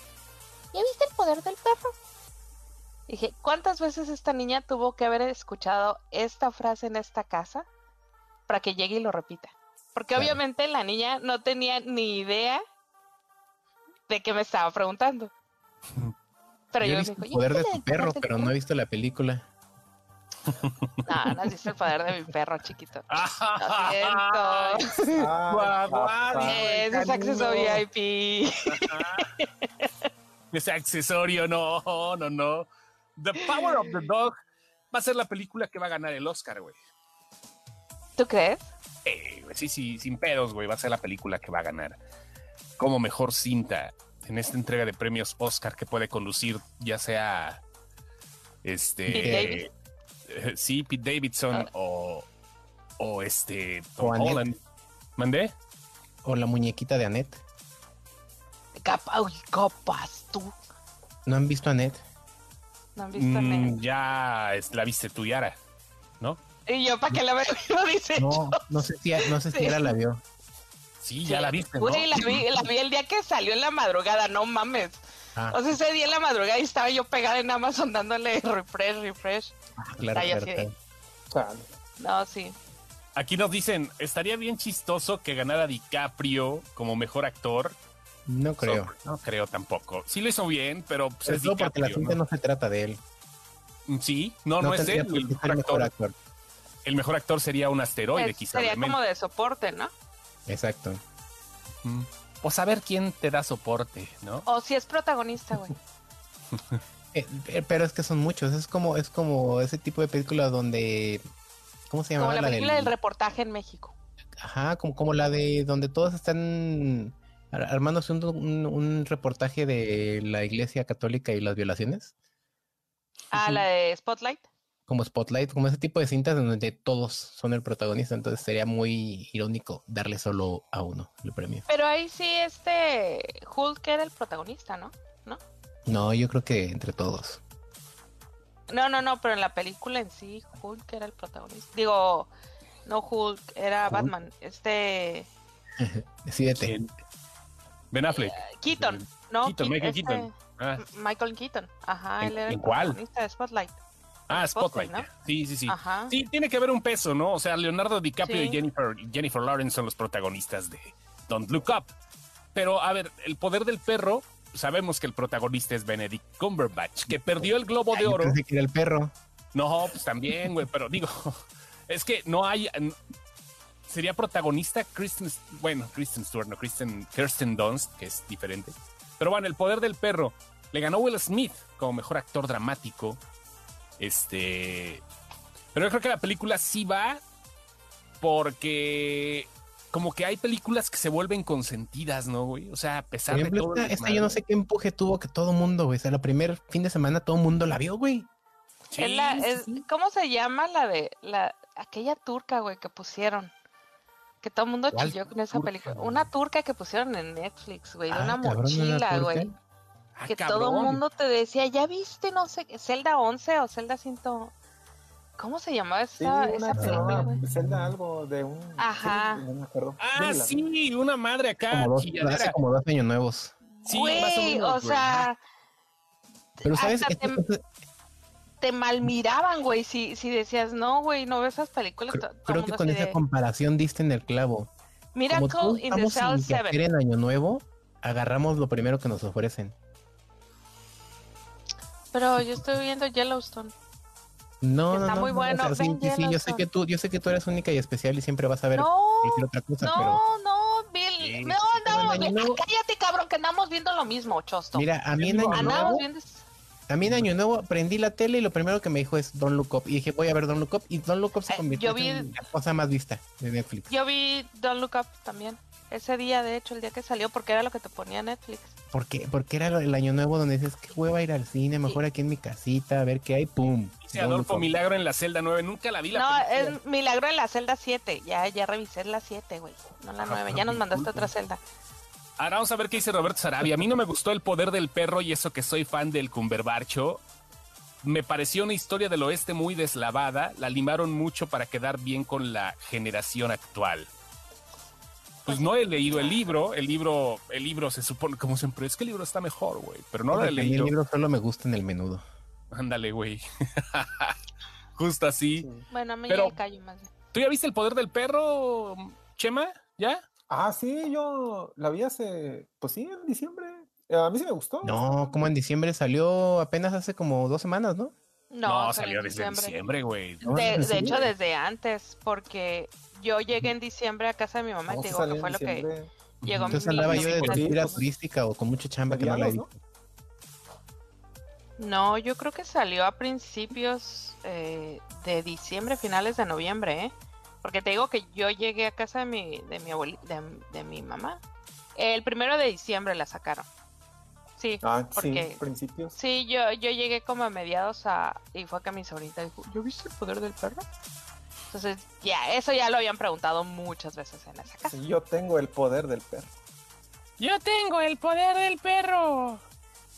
D: ¿ya viste el poder del perro? Dije, ¿cuántas veces esta niña tuvo que haber escuchado esta frase en esta casa para que llegue y lo repita? Porque
A: Claro.
D: obviamente la niña no tenía ni idea de qué me estaba preguntando.
C: Ujú.
D: Pero
A: Yo
D: yo,
A: he
D: me
A: visto
D: dijo,
A: el
D: "¿Ya
A: poder de
D: viste
A: tu
D: el
A: perro,
D: del
A: pero no he visto la película.
D: No, no has visto el poder de mi perro, chiquito. Lo
C: Ah,
D: siento.
B: Ay,
C: Guaguadi.
B: papá.
D: Eh, Eso es acceso
C: canino.
D: VIP.
C: Ese accesorio, no, no, no. The Power of the Dog va a ser la película que va a ganar el Oscar, güey.
D: ¿Tú crees?
C: Eh, güey, sí, sí, sin pedos, güey. Va a ser la película que va a ganar como mejor cinta en esta entrega de premios Oscar que puede conducir ya sea este
D: Pete Davidson.
C: eh, sí, Pete Davidson
D: Ah.
C: o, o este
A: O
C: Tom
A: Annette.
C: Holland. ¿Mandé?
A: O la muñequita de Annette.
D: Capaz, copas, tú.
A: ¿No han visto a Annette?
D: No han visto
C: Mm,
D: nada.
C: ya es- la viste tú, Yara.
D: Y yo, ¿para qué la veo? Lo dice.
A: No, no sé si, no sé si
D: Sí.
A: era la vio.
C: Sí, ya la viste, ¿no?
D: Güey, la vi, la vi el día que salió en la madrugada, no mames.
A: Ah,
D: O sea, ese día en la madrugada y estaba yo pegada en Amazon dándole refresh, refresh.
A: claro,
D: ya
A: claro,
D: sí.
A: claro.
B: Chale.
D: No, sí.
C: Aquí nos dicen, estaría bien chistoso que ganara DiCaprio como mejor actor.
A: No creo.
C: So, no creo tampoco. Sí lo hizo bien, pero pues,
A: Sobre
C: es
A: todo porque la
C: DiCaprio.
A: cinta
C: ¿no?
A: no se trata de él.
C: Sí, no, no, es
A: tendría
C: él.
A: por
C: El
A: qué ser
C: mejor, actor,
A: actor.
C: el mejor actor sería un asteroide,
D: Es-
C: quizá.
D: Pues, sería
C: obviamente.
D: como de soporte, ¿no?
A: Exacto.
C: Mm. Pues a ver quién te da soporte, ¿no?
D: O si es protagonista, güey.
A: Eh, eh, pero es que son muchos. Es como, es como ese tipo de películas donde. ¿Cómo se
D: Como
A: llamaba
D: la película del
A: del-
D: reportaje en México.
A: Ajá, como, como la de donde todos están ar- armándose un, un- un reportaje de la iglesia católica y las violaciones,
D: Ah, la de Spotlight.
A: como Spotlight, como ese tipo de cintas donde todos son el protagonista, entonces sería muy irónico darle solo a uno el premio.
D: Pero ahí sí, este Hulk era el protagonista, ¿no?
A: No, yo creo que entre todos.
D: No, no, no, pero en la película en sí, Hulk era el protagonista. Digo, no Hulk, era
A: Hulk.
D: Batman. Este.
A: Decídete.
C: ¿Quién? Ben Affleck.
D: Eh, Keaton, ¿no?
C: Keaton,
D: Ki-
C: Michael
D: este,
C: Keaton. Ah,
D: M- Michael Keaton. Ajá,
C: ¿En-
D: él era el
C: en cuál?
D: protagonista de Spotlight.
C: ah,
D: Spotlight,
C: Spotlight. ya. Sí, sí, sí.
D: Ajá.
C: Sí, tiene que haber un peso, ¿no? O sea, Leonardo DiCaprio
D: Sí.
C: y Jennifer, Jennifer Lawrence son los protagonistas de Don't Look Up. Pero, a ver, el poder del perro, sabemos que el protagonista es Benedict Cumberbatch, que perdió el Globo
A: Ah,
C: de
A: yo
C: Oro.
A: pensé que era el perro.
C: No, pues también, güey, pero digo, es que no hay... n- Sería protagonista Kristen, bueno, Kristen Stewart, no, Kristen, Kirsten Dunst, que es diferente. Pero bueno, el poder del perro. Le ganó Will Smith como mejor actor dramático. Este... Pero yo creo que la película sí va porque como que hay películas que se vuelven consentidas, ¿no, güey? O sea, a pesar
A: Por
C: de
A: ejemplo,
C: todo... el
A: esta, esta yo no sé qué empuje tuvo que todo mundo, güey. O sea, la primer fin de semana todo mundo la vio, güey.
C: desmadre.
D: Es la-
C: Sí,
D: es-
C: sí, sí.
D: ¿Cómo se llama la de la aquella turca, güey, que pusieron? Que todo el mundo
A: ¿Cuál
D: chilló con esa
A: turca,
D: película.
A: güey?
D: Una turca que pusieron en Netflix, güey, de
A: Ah,
D: una
A: cabrón, ¿una
D: mochila,
A: turca?
D: güey.
C: Ah,
D: que todo
C: cabrón.
D: el mundo te decía, ya viste, no sé, qué, Zelda 11 o Zelda 100. ¿Cómo se llamaba
B: Sí,
D: esa,
B: una
D: esa película,
B: chava,
D: Ah, güey?
B: Zelda algo de un.
D: Ajá.
B: sí, no me acuerdo.
C: Ah,
B: Déjala.
C: sí, una madre acá.
A: Como dos,
C: Ah, chilladera.
A: hace como dos años nuevos.
C: Sí,
D: Güey,
C: más o menos, güey.
A: Ah.
D: sea,
A: Pero, ¿sabes?
D: Hasta
A: Esto-
D: te-
A: esto-
D: te malmiraban, güey, si, si decías, no, güey, no ves esas películas.
A: Creo,
D: to- todo
A: creo
D: el
A: que
D: mundo
A: con
D: así
A: esa
D: de,
A: comparación diste en el clavo. Como todos
D: Miracle in the
A: estamos
D: Cell
A: sin qué
D: 7.
A: hacer en Año Nuevo, agarramos lo primero que nos ofrecen.
D: Pero yo estoy viendo Yellowstone.
A: No,
D: Está
A: no, no.
D: muy
A: no,
D: bueno,
A: o sea, sí,
D: ven
A: sí, sí, yo sé
D: Yellowstone.
A: que tú, yo sé que tú eres única y especial y siempre vas a ver
D: No,
A: cualquier otra cosa, pero
D: no, no, Bill.
A: Sí,
D: No,
A: no,
D: no,
A: no,
D: Bill,
A: no.
D: cállate, cabrón, que andamos viendo lo mismo, Chosto.
A: mira, a mí en
B: Amigo,
A: año
D: andamos
A: nuevo,
D: viendo.
A: a mí en año nuevo prendí la tele y lo primero que me dijo es Don Look Up y dije voy a ver Don Look Up y Don Look Up se
D: Eh,
A: convirtió
D: yo vi-
A: en la cosa más vista de Netflix.
D: Yo vi Don't Look Up también. Ese día, de hecho, el día que salió, porque era lo que te ponía Netflix.
A: Porque porque era lo- el año nuevo donde dices qué hueva ir al cine, mejor aquí en mi casita a ver qué hay, pum.
C: Dice
A: Don't Look
C: Adolfo
A: Up.
C: Milagro en la celda 9. Nunca la vi la
D: No,
C: película.
D: es Milagro en la celda 7. Ya, ya revisé la 7, güey. No
C: Ah,
D: la 9. Ya nos mandaste otra celda.
C: Ahora Ah, vamos a ver qué dice Roberto Sarabia. A mí no me gustó el poder del perro y eso que soy fan del Cumberbarcho. Me pareció una historia del oeste muy deslavada. La limaron mucho para quedar bien con la generación actual. Pues no he leído el libro. El libro, el libro se supone, como siempre, es que el libro está mejor, güey. Pero no lo he
A: Fíjate, a mí
C: leído.
A: el libro solo me gusta en el menudo.
C: Ándale, güey. Justo así.
D: Bueno, a mí
C: Pero-
D: ya me callo más bien.
C: ¿Tú ya viste el poder del perro, Chema? ¿Ya?
B: Ah, sí, yo la vi hace, pues sí, en diciembre. Eh, A mí sí me gustó.
A: No, como en diciembre salió apenas hace como dos semanas, ¿no?
D: No,
C: salió desde diciembre, güey.
A: No, desde
D: De, de hecho,
A: diciembre.
D: desde antes, porque yo llegué en diciembre a casa de mi mamá y
B: No,
D: te
B: sí
D: digo
B: salió
D: que
B: en
D: fue lo que
B: diciembre.
D: llegó mi
A: Entonces andaba yo de
D: mamá.
B: Sí,
A: tira
B: pues,
A: turística o con mucha chamba que no la
B: Mediados,
A: vi.
B: ¿no?
D: No, yo creo que salió a principios eh, de diciembre, finales de noviembre, ¿eh? Porque te digo que yo llegué a casa de mi, de mi abueli- de, de mi mamá. El primero de diciembre la sacaron. Sí,
B: Ah,
D: Porque-
B: sí, principios.
D: sí, yo, yo llegué como a mediados a... Y fue que mi sobrita dijo, ¿yo viste el poder del perro? Entonces, ya, eso ya lo habían preguntado muchas veces en esa casa.
B: Sí, yo tengo el poder del perro.
C: Yo tengo el poder del perro.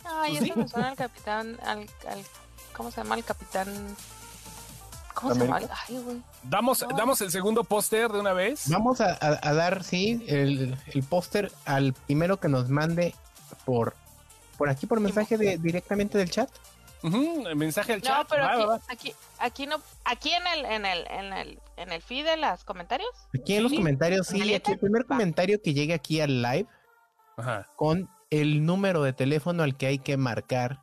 D: Ay,
B: Pues
D: eso
B: sí.
D: me suena al capitán, al, al- ¿cómo se llama? El capitán... ¿Cómo se llama?
B: ¿América?
D: Ay, güey.
C: Damos,
D: No.
C: damos el segundo póster de una vez.
A: Vamos a, a- a dar, sí, el, el póster al primero que nos mande por, por aquí, por mensaje de, directamente del chat.
C: Ujú, el mensaje al
D: No,
C: chat.
D: pero
C: Pues va,
D: aquí,
C: va, va.
D: aquí, aquí no, aquí en el, en el, en el, en el feed de los comentarios.
A: Aquí en los
C: Sí,
A: comentarios, sí,
D: caliente.
A: aquí el primer
D: Va.
A: comentario que llegue aquí al live
C: Ajá.
A: con el número de teléfono al que hay que marcar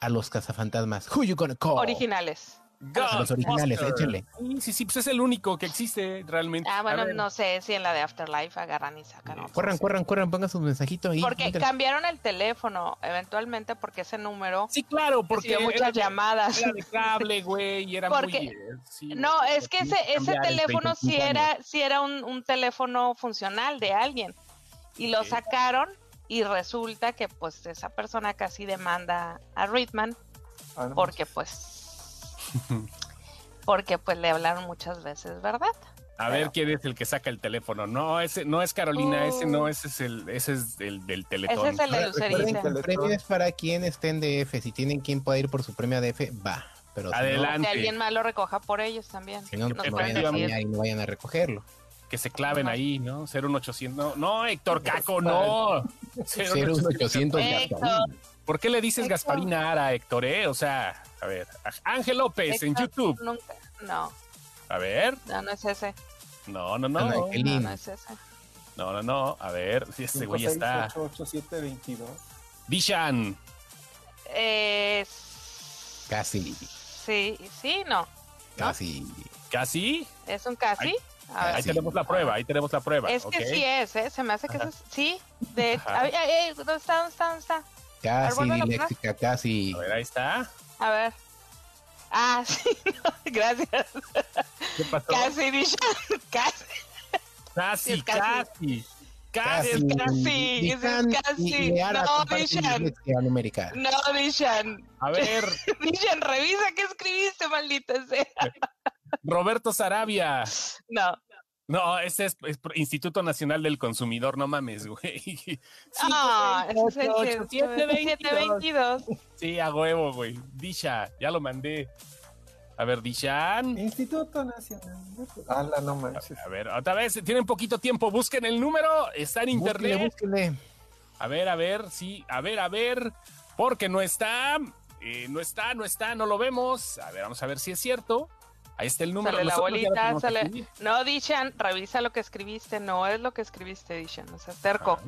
A: a los cazafantasmas. Who you gonna
C: Oh.
A: call?
D: Originales.
A: A los originales,
C: Ghostbuster.
A: échenle.
C: Sí, sí, sí, pues es el único que existe realmente.
D: Ah,
C: A
D: bueno,
C: ver,
D: no sé si en la de Afterlife agarran y sacan otro.
A: Corran, corran, corran, pongan sus mensajitos ahí.
D: Porque
A: Mientras-
D: cambiaron el teléfono eventualmente porque ese número
C: Sí, claro, porque
D: recibió
C: era,
D: muchas
C: de-
D: llamadas.
C: era de cable, güey, y era
D: Porque-
C: muy... eh, sí,
D: No,
C: güey,
D: es que ese,
C: tuvimos
D: ese
C: cambiar en
D: teléfono sí
C: 35 años.
D: era, sí era un, un teléfono funcional de alguien. Y lo
C: Ok.
D: sacaron y resulta que pues esa persona casi demanda a Ritman
B: Ah, no.
D: porque pues porque pues le hablaron muchas veces, ¿verdad?
C: A ver quién es el que saca el teléfono. No, ese no es Carolina, ese no, ese es el, ese es el del teletón.
D: Oh. Ese es el de
A: Ahora, recuerden
D: Lucerito.
A: que el
B: Lucerito.
A: premio es para quien esté en DF. Si tienen quien pueda ir por su premio a DF, va. Pero si no,
C: Adelante.
D: Que alguien más lo recoja por ellos también.
A: Si no,
D: Nos
A: pues no
D: pueden
A: vayan a
C: efectivamente.
D: decir,
A: bañar y no vayan a recogerlo.
C: Que se claven
D: Ajá.
C: ahí, ¿no? 01800. No, no, Héctor Caco, no.
A: 01800
D: Héctor.
A: Gasparín.
C: ¿Por qué le dices
D: Héctor.
C: Gasparina Ara, Héctor, eh? O sea, a ver. a- Ángel López en
D: Héctor,
C: YouTube.
D: nunca. No,
C: A ver.
D: no, no es ese.
C: No, no, no.
A: Ana
C: No,
D: No,
A: Angelina.
D: no es ese.
C: no, no. A ver. sí, Este
B: Cinco,
C: güey
B: seis,
C: está.
B: ocho, ocho, siete, 22.
C: Dishan.
D: Es-
A: Casi,
D: Sí, sí, no.
A: casi.
C: ¿Casi?
D: ¿Es un casi? A ver.
C: Ahí
A: Casi.
C: tenemos la prueba, ahí tenemos la prueba.
D: Es que
C: ¿ok?
D: sí es, ¿eh? Se me hace que
C: Ajá.
D: eso es... Sí, de...
C: Ajá.
D: a ver, ay, ay, ¿Dónde está? ¿Dónde está? ¿Dónde está?
A: Casi
D: Árbol de la
A: diléxica, casi.
C: A ver, ahí está.
D: A ver. Ah, sí, no, gracias.
C: ¿Qué pasó?
D: Casi, dicho. Casi.
C: Casi,
D: Es casi.
C: casi. Casi.
A: Casi.
D: es casi,
A: Dijan
D: es casi.
A: y- y Ara
D: No,
A: comparten
D: Dijan.
A: dislexia numérica.
D: No, Dishan.
C: A ver,
D: Dishan, revisa qué escribiste, maldita sea.
C: Roberto Sarabia.
D: No.
C: No, ese es, es por- Instituto Nacional del Consumidor, no mames, güey. Sí,
D: Ah, ese es el
C: ocho,
D: que-
C: siete,
D: 722.
C: sí, a huevo, güey. Disha, ya lo mandé. A ver, Dishan.
B: Instituto Nacional. de- Ah, la no manches.
C: A ver, otra vez, tienen poquito tiempo, busquen el número, está en internet.
A: Búsquenle, búsquenle.
C: A ver, a ver, sí, a ver, a ver, porque no está, eh, no está, no está, no lo vemos. A ver, vamos a ver si es cierto. Ahí está el número.
D: Sale la
C: nosotros ya lo
D: bolita,
C: tenemos
D: sale-
C: aquí.
D: No, Dishan, revisa lo que escribiste. No es lo que escribiste, Dishan. O sea, terco.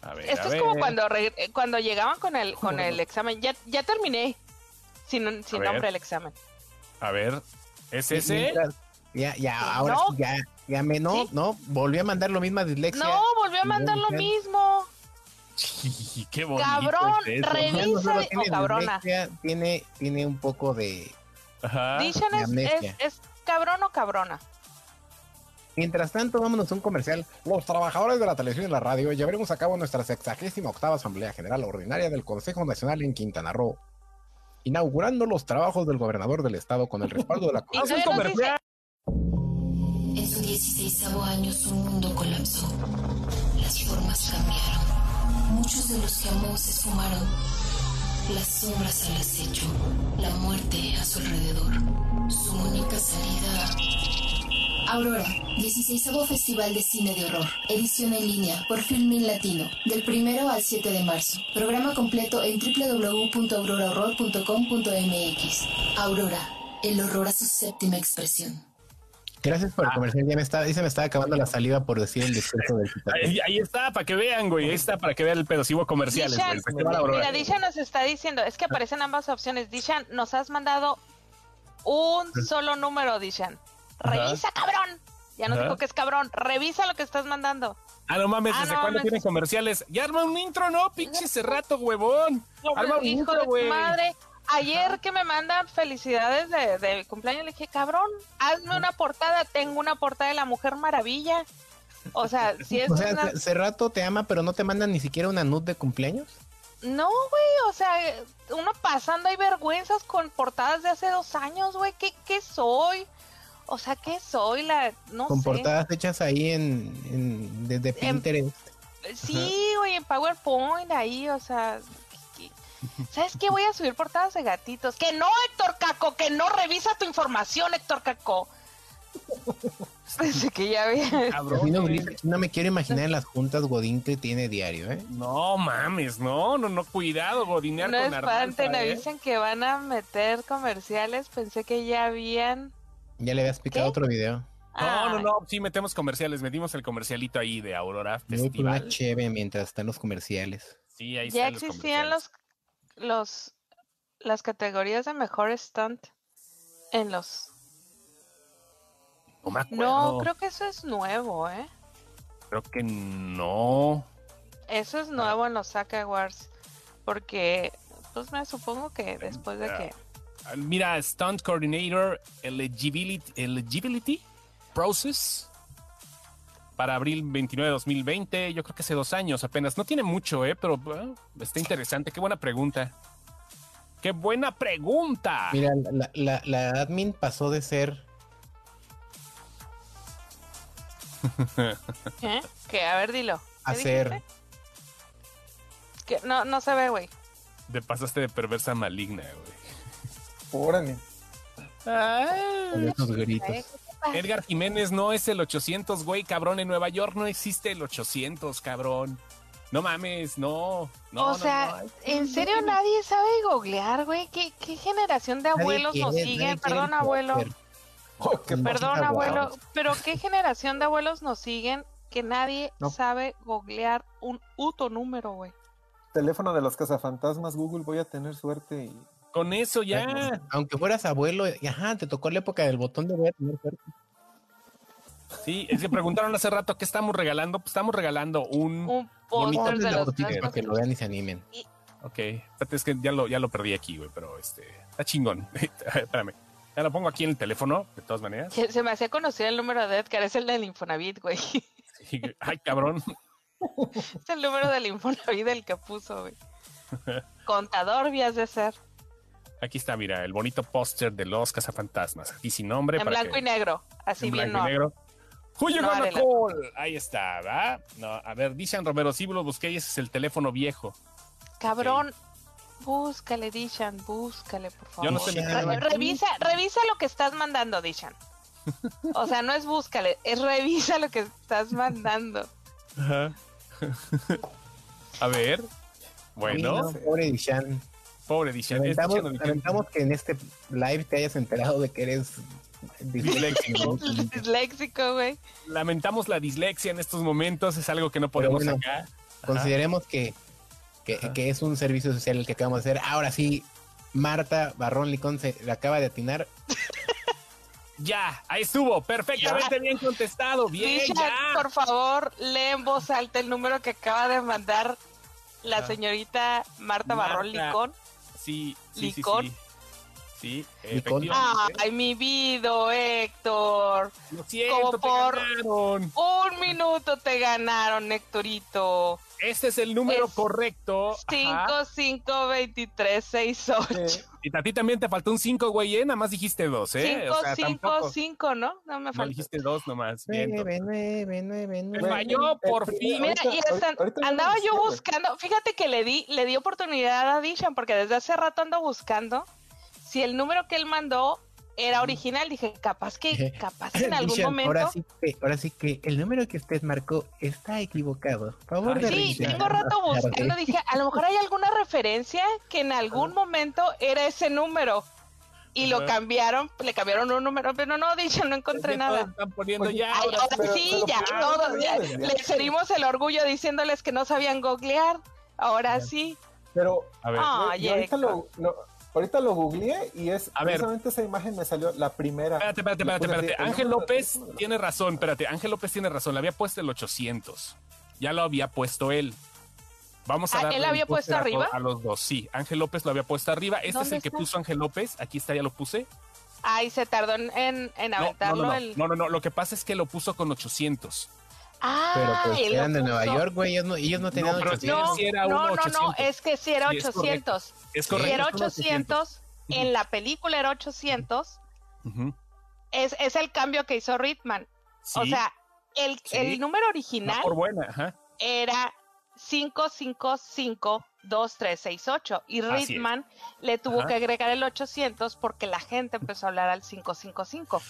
C: Ah, A ver, a
D: Esto es
C: ver.
D: como cuando reg- eh, cuando llegaban con el con el examen. Ya, ya terminé. Sin, sin
C: ver.
D: nombre el examen.
C: A ver, ¿es ese?
A: Mientras- Ya, ya, ahora
D: No.
A: sí, ya, ya me, no,
D: Sí.
A: no, volví a mandar lo mismo a dislexia.
D: No, volvió a mandar lo
A: Ujú.
D: mismo.
C: Qué bonito
D: Cabrón,
C: es eso.
D: re-
A: Ya no solo
D: Revisa-
A: tiene
D: oh, cabrona.
A: dislexia, tiene, tiene un poco de...
C: Ajá.
D: Dicen
A: la
D: es,
A: amnesia.
D: es, es cabrón o cabrona.
C: Ah,
A: Mientras tanto, vámonos a un comercial.
E: Los trabajadores de la televisión y la radio llevaremos a cabo nuestra 68 octava Asamblea General Ordinaria del Consejo Nacional en Quintana Roo, inaugurando los trabajos del gobernador del estado con el respaldo de la
D: Y
C: Haz un
D: todavía nos dice-
C: comercial.
F: En su 16 año su mundo colapsó. Las formas cambiaron. Muchos de los que amó se esfumaron. Las sombras al acecho. La muerte a su alrededor. Su única salida. Aurora, 16 Festival de Cine de Horror, edición en línea por Filmin Latino, del 1 al 7 de marzo. Programa completo en www.aurorahorror.com.mx. Aurora, el horror a su séptima expresión.
A: Gracias por el comercial. Ya me está, dice, me estaba acabando la saliva por decir el discurso del
C: Ahí, ahí está, para que vean, güey. Ahí está, para que vean el pedo. Si hubo comerciales,
D: Dishan,
C: güey. Se quedó la broma.
D: mira, Dishan nos está diciendo, es que aparecen ambas opciones. Dishan, nos has mandado un solo número, Dishan. Revisa, cabrón. Ya nos
C: Ajá.
D: dijo que es cabrón. Revisa lo que estás mandando.
C: Ah, no mames,
D: Ah,
C: ¿desde
D: no
C: cuándo
D: mames.
C: tienen comerciales? Ya arma un intro, ¿no? Pinche ese rato, huevón. Arma un
D: Hijo de
C: intro,
D: tu
C: güey.
D: madre. Ayer que me mandan felicidades de, de mi cumpleaños, le dije, cabrón, hazme una portada. Tengo una portada de la Mujer Maravilla. O sea, si es
A: O sea,
D: una-
A: hace- hace rato te ama, pero no te mandan ni siquiera una nud de cumpleaños.
D: No, güey, o sea, uno pasando hay vergüenzas con portadas de hace dos años, güey. ¿Qué, ¿Qué soy? O sea, ¿qué soy? La, no
A: con
D: sé.
A: portadas hechas ahí en, en- desde Pinterest.
D: Sí, güey, en PowerPoint ahí, o sea. ¿qué- qué? ¿Sabes qué? Voy a subir portadas de gatitos. Que no, Héctor Caco, que no revisa tu información, Héctor Caco. Pensé que ya había.
C: Cabrón,
A: Así no,
C: güey.
A: grita, no me quiero imaginar en las juntas Godín que tiene diario, ¿eh?
C: No mames, no, no, no, cuidado, godinear
D: No
C: con
D: espanten,
C: Arnaldo, ¿eh?
D: avisan que van a meter comerciales. Pensé que ya habían. ah,
A: Ya le habías picado
D: ¿Qué?
A: otro video.
C: No, no,
D: Ay.
C: no, sí metemos comerciales, metimos el comercialito ahí de Aurora
A: Me voy por una
C: Festival.
A: cheve mientras están los comerciales.
C: Sí, ahí
D: ya
C: están
D: existían
C: comerciales.
D: los, los las categorías de mejor stunt en los
C: No me acuerdo.
D: no creo que eso es nuevo eh
C: creo que no.
D: eso
A: Ah.
D: es nuevo en los Saca Awards porque pues me supongo que después de
C: ya.
D: que
C: Ah, Mira, Stunt Coordinator Eligibility, eligibility Process para abril 29 de 2020. Yo creo que hace dos años apenas. No tiene mucho, ¿eh? Pero ah, está interesante. Qué buena pregunta. Qué buena pregunta.
A: Mira, la, la- la admin pasó de ser.
D: ¿eh? que a ver dilo ¿Qué
A: Hacer.
D: dijiste? que no no se ve güey
C: Te pasaste de perversa a maligna, güey.
B: Órale.
D: Ah.
A: con esos
D: Ay,
A: gritos.
D: ¿qué te pasa?
C: Ah. Edgar Jiménez no es el 800, güey, cabrón. En Nueva York no existe el 800, cabrón. No mames, no. no
D: o
C: no,
D: sea,
C: no.
D: ¿en serio nadie sabe googlear, güey? ¿Qué, qué generación de
A: Nadie
D: abuelos
A: quiere-
D: nos
A: nadie
D: sigue?
A: quiere
D: Perdón,
A: ni
D: abuelo.
A: coger.
B: Oh, qué
A: No,
D: Perdón,
A: no,
D: abuelo,
A: abuelos.
D: pero ¿qué generación de abuelos nos siguen que nadie
B: No.
D: sabe googlear un uto número, güey?
B: teléfono de los cazafantasmas Google voy a tener suerte y
C: Con eso ya.
A: Aunque fueras abuelo, y- ajá, te tocó la época del botón de voy a tener suerte.
C: Sí, se preguntaron hace rato qué estamos regalando. Pues estamos regalando un.
D: Un
C: Bonito.
D: póster
A: Pónganle
D: de
A: la
D: los
A: botita
D: tres
A: para que lo
D: cosas.
A: vean y se animen.
C: Ok, espérate, es que ya lo, ya lo perdí aquí, güey, pero este. Está chingón. Espérame. Ya lo pongo aquí en el teléfono, de todas maneras.
D: Que Se me hacía conocido el número de Edgar, es el del Infonavit, güey. Es
C: Sí, Ay, cabrón.
D: el número del Infonavit del que puso, güey. Contador, vías de ser.
C: Aquí está, mira, el bonito póster de los cazafantasmas. Aquí sin nombre.
D: en
C: para
D: blanco
C: que-
D: y negro. Así
C: en
D: bien
C: blanco y
D: no.
C: negro. Who you
D: No,
C: gonna
D: Adela.
C: call? Ahí está, ¿va? No, a ver, dicen Romero, sí lo busqué y ese es el teléfono viejo.
D: Cabrón. Búscale, Dishan, búscale, por favor.
C: Yo no estoy
A: Dishan.
C: metiendo
D: Re-
C: aquí.
D: revisa, revisa lo que estás mandando, Dishan. O sea, no es búscale, es revisa lo que estás mandando.
C: Ajá. a ver. Bueno,
A: Ay, no, pobre Dishan.
C: pobre este Dishan.
A: Lamentamos,
C: Escuchen,
A: lamentamos que en este live te hayas enterado de que eres
C: Disléxico.
A: disléxico.
D: Disléxico, güey.
C: Lamentamos la dislexia en estos momentos, es algo que no podemos
A: bueno.
C: sacar.
A: Consideremos que, que,
C: Ajá.
A: que es un servicio social el que acabamos de hacer. Ahora sí, Marta Barrón Licón se le acaba de atinar.
C: Ya, ahí estuvo. Perfectamente bien contestado. Bien,
D: Richard,
C: ya.
D: por favor, lee en voz alta el número que acaba de mandar la
C: Ah.
D: señorita Marta Barrón
C: Marta.
D: Licón.
C: Sí, sí, sí,
D: Licón.
C: sí. Sí,
A: Licón.
C: efectivamente.
D: Ay, mi vido, Héctor.
C: Lo siento, te
D: por-
C: ganaron.
D: Un minuto te ganaron, Héctorito.
C: Este es el número
D: Es
C: correcto. Ajá.
D: 5, 5, 23, 6, 8.
B: Eh,
C: Y a ti también te faltó un 5, güey, ¿eh? Nada más dijiste dos, ¿eh?
D: 5,
C: O sea,
D: 5,
C: tampoco.
D: 5, ¿no? No me
C: No
D: falta.
C: dijiste dos nomás. Bien, entonces.
A: 99999.
D: Pues
C: Me falló,
B: el
C: por
B: primer-
C: fin.
D: Mira,
B: ahorita-
D: y hasta
B: ahorita- ahorita
D: andaba
B: vemos,
D: yo
B: sí, güey.
D: buscando, fíjate que le di, le di oportunidad a Dishan, porque desde hace rato ando buscando si el número que él mandó era original. Dije, capaz que, capaz que en algún
A: Dicen,
D: momento.
A: Ahora sí, que, ahora sí que el número que usted marcó está equivocado. Por favor,
C: Ay,
A: de
D: Sí,
A: reiniciar
D: tengo
A: más
D: rato
A: tarde.
D: buscando, dije, a lo mejor hay alguna referencia que en algún momento era ese número. Y lo
C: Ajá.
D: cambiaron, le cambiaron un número, pero no, Dishan, no encontré
C: Ya
D: nada.
C: todos Están poniendo
B: Oye,
C: ya.
D: Ay,
C: ahora
D: ahora
B: pero-
D: sí,
B: pero
D: ya
B: ¿por qué
D: todos,
B: no
D: ya
B: sabes?
D: les herimos el orgullo diciéndoles que no sabían googlear. Ahora sí.
B: Pero
C: A ver,
D: Ah.
B: yo- yo ahorita, lo,
D: Héctor.
B: lo- ahorita lo googleé y es
C: A ver.
B: precisamente esa imagen me salió la primera.
C: espérate, espérate, espérate,
B: Pura
C: espérate.
B: así,
C: Ángel
B: el número-
C: López tiene razón, espérate. Ángel López tiene razón. Le había puesto el 800. Ya lo había puesto él. Vamos a
D: Ah,
C: darle
D: ¿él había
C: el booster
D: puesto
C: a to-
D: arriba?
C: A los dos, sí. Ángel López lo había puesto arriba. Este es
D: ¿Dónde
C: el que
D: está?
C: puso Ángel López. Aquí está, ya lo puse.
D: Ay, se tardó en, en, en
C: No,
D: aventarlo
C: no, no, no.
D: el.
C: No, no, no. Lo que pasa es que lo puso con 800.
A: Pero
D: Ah,
A: pues
D: él lo
A: eran de Nueva
D: puso.
A: York, güey. Ellos no, ellos no tenían
C: pero
A: 800.
D: No,
C: Pues Sí, sí era
D: no,
C: uno
D: no, no,
C: 800.
D: es que sí era
C: Sí, es correcto.
D: 800.
C: Es
D: Si
C: correcto.
D: era
C: son 800.
D: 800, en la película era 800.
C: Ujú.
D: Es, es el cambio que hizo Ritman. O
C: Sí,
D: sea, el,
C: Sí.
D: el número
C: va
D: original
C: por buena. Ajá.
D: era 5552368 y
C: Así es.
D: Ritman le tuvo
C: Ajá.
D: que agregar el 800 porque la gente empezó a hablar al 555.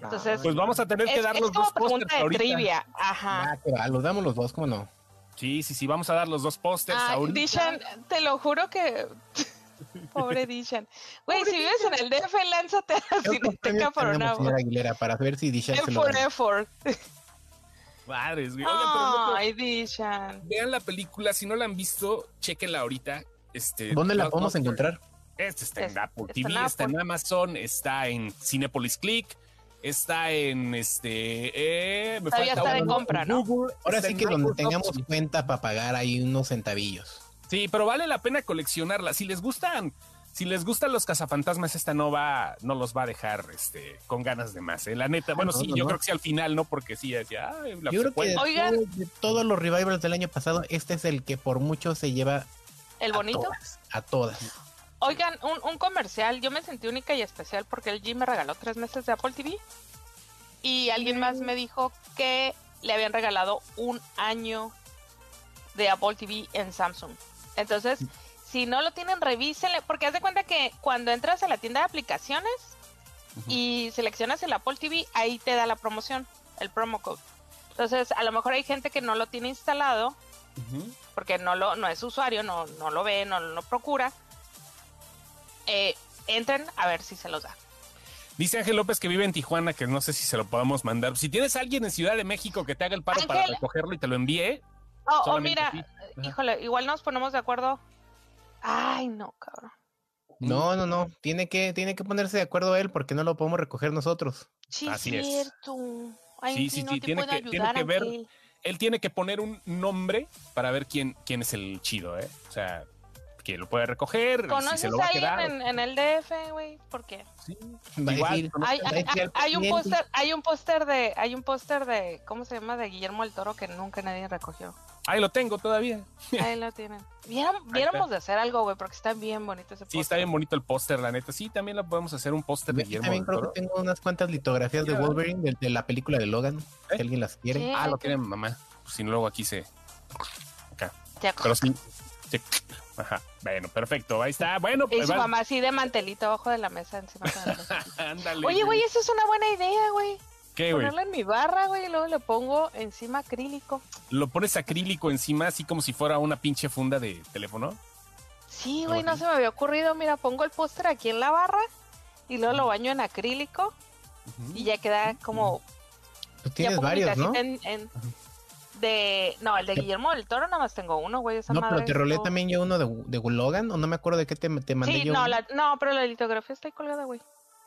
D: Entonces,
C: Pues vamos a tener
D: es,
C: que dar
D: es
C: los
D: como
C: dos
D: pregunta
C: pósters
D: de
C: ahorita.
D: trivia. Ajá.
A: Ah, que va, los damos los dos, ¿cómo no?
C: Sí, sí, sí, vamos a dar los dos pósters
D: Ay,
C: ahorita.
D: Dishan, te lo juro que. Pobre Dishan. Güey, si vives en el DF, lánzate a la
A: Creo que
D: Cineteca
A: premios
D: por una.
A: tenemos, señora Aguilera, para ver si Dishan se
D: En
A: lo
D: for
A: gana.
D: effort.
C: Madres, güey. Oigan, pero no-
D: Ay, Dishan.
C: vean la película, si no la han visto, chequenla ahorita. Este,
A: ¿Dónde la
C: Blockbuster.
A: podemos encontrar?
C: Este está en
D: Está-
C: Apple
D: está
C: TV,
D: en
C: está, en
D: Apple.
C: Amazon, está en Cinepolis Click, está en este. eh, me
D: Todavía
C: falta
D: está de
C: uno.
D: compra, ¿no?
C: Google,
A: Ahora
C: está
A: sí
C: en
A: que donde
C: Microsoft.
A: tengamos cuenta para pagar hay unos centavillos.
C: Sí, pero vale la pena coleccionarla. Si les gustan, si les gustan los cazafantasmas, esta no va, no los va a dejar este, con ganas de más. ¿eh? La neta, bueno,
A: Ah, no,
C: sí,
A: no,
C: yo
A: no.
C: creo que sí al final, ¿no? Porque sí, decía, ay, la
A: Yo creo que de,
C: secuela.
D: Oigan.
A: todo- de todos los revivals del año pasado, este es el que por mucho se lleva
D: El
A: a
D: bonito.
A: todas. A todas.
D: Oigan, un, un comercial. Yo me sentí única y especial porque el G me regaló tres meses de Apple TV. Y alguien más me dijo que le habían regalado un año de Apple TV en Samsung. Entonces, si no lo tienen, revísenle. Porque haz de cuenta que cuando entras a la tienda de aplicaciones
C: Ujú.
D: y seleccionas el Apple TV, ahí te da la promoción, el promo code. Entonces, a lo mejor hay gente que no lo tiene instalado
C: Ujú.
D: porque no lo no es usuario, no, no lo ve, no lo procura. Eh, entren a ver si se los da.
C: Dice Ángel López que vive en Tijuana, que no sé si se lo podamos mandar. Si tienes a alguien en Ciudad de México que te haga el paro para
D: Ángel.
C: recogerlo y te lo envíe,
D: Oh, oh,
C: Solamente
D: mira,
C: sí. Ajá.
D: híjole, igual nos ponemos de acuerdo. Ay, no, cabrón.
C: Mm.
A: No, no, no. Tiene que, tiene que ponerse de acuerdo él porque no lo podemos recoger nosotros.
D: Sí,
C: Así es.
D: cierto. Ay,
C: Sí,
D: sí,
C: sí,
D: no
C: sí,
D: te
C: tiene
D: puedo
C: que- tiene
D: ayudar,
C: que ver-
D: Ángel.
C: él tiene que poner un nombre para ver quién, quién es el chido, ¿eh? O sea, que lo puede recoger, si
D: ¿Conoces
C: se lo va
D: a
C: a
D: alguien
C: quedar.
D: en, en el DF, güey? ¿Por qué?
C: Sí,
A: Va a
C: igual,
A: decir,
C: conoces-
D: Hay,
A: va a
D: hay-
A: decir al
D: hay un
A: presidente.
D: póster, hay un póster de, hay un póster de, ¿cómo se llama? De Guillermo el Toro que nunca nadie recogió.
C: Ahí lo tengo todavía.
D: Ahí lo tienen. Vieron- viéramos de hacer algo, güey, porque está bien bonito ese póster.
C: Sí, está bien bonito el póster, la neta. Sí, también lo podemos hacer un póster de
A: Yo
C: Guillermo.
A: también
C: del
A: creo
C: Toro.
A: que tengo unas cuantas litografías de
C: Ya.
A: Wolverine de, de la película de Logan.
C: ¿Eh?
A: Si alguien las quiere.
D: Sí.
C: Ah, lo tiene mi mamá. Pues, si no, luego aquí se.
D: Ya-
C: Pero sí. sí. Ajá. Bueno, perfecto. Ahí está. Bueno,
D: Y
C: pues.
D: su
C: va-
D: mamá así de mantelito abajo de la mesa encima. con el café.
C: Ándale.
D: Oye, güey, eso es una buena idea, güey.
C: ¿Qué, güey?
D: Ponerlo en mi barra, güey, y luego le pongo encima acrílico.
C: ¿Lo pones acrílico encima, así como si fuera una pinche funda de teléfono?
D: Sí,
C: Está
D: güey, no
C: bonito.
D: se me había ocurrido. Mira, pongo el póster aquí en la barra y luego lo baño en acrílico
C: Ujú.
D: y ya queda
A: Tú
D: como... ya
A: Pues tienes
D: pongo mi
A: varios, ¿no?
D: tacita en- en- de. No, el de Guillermo del Toro nada más tengo uno, güey. Esa
A: No,
D: madre
A: pero te rolé
D: no-
A: también yo uno de, de Logan, o no me acuerdo de qué te, te mandé
D: Sí,
A: yo.
D: no,
A: uno.
D: la- no, pero la litografía está ahí colgada, güey.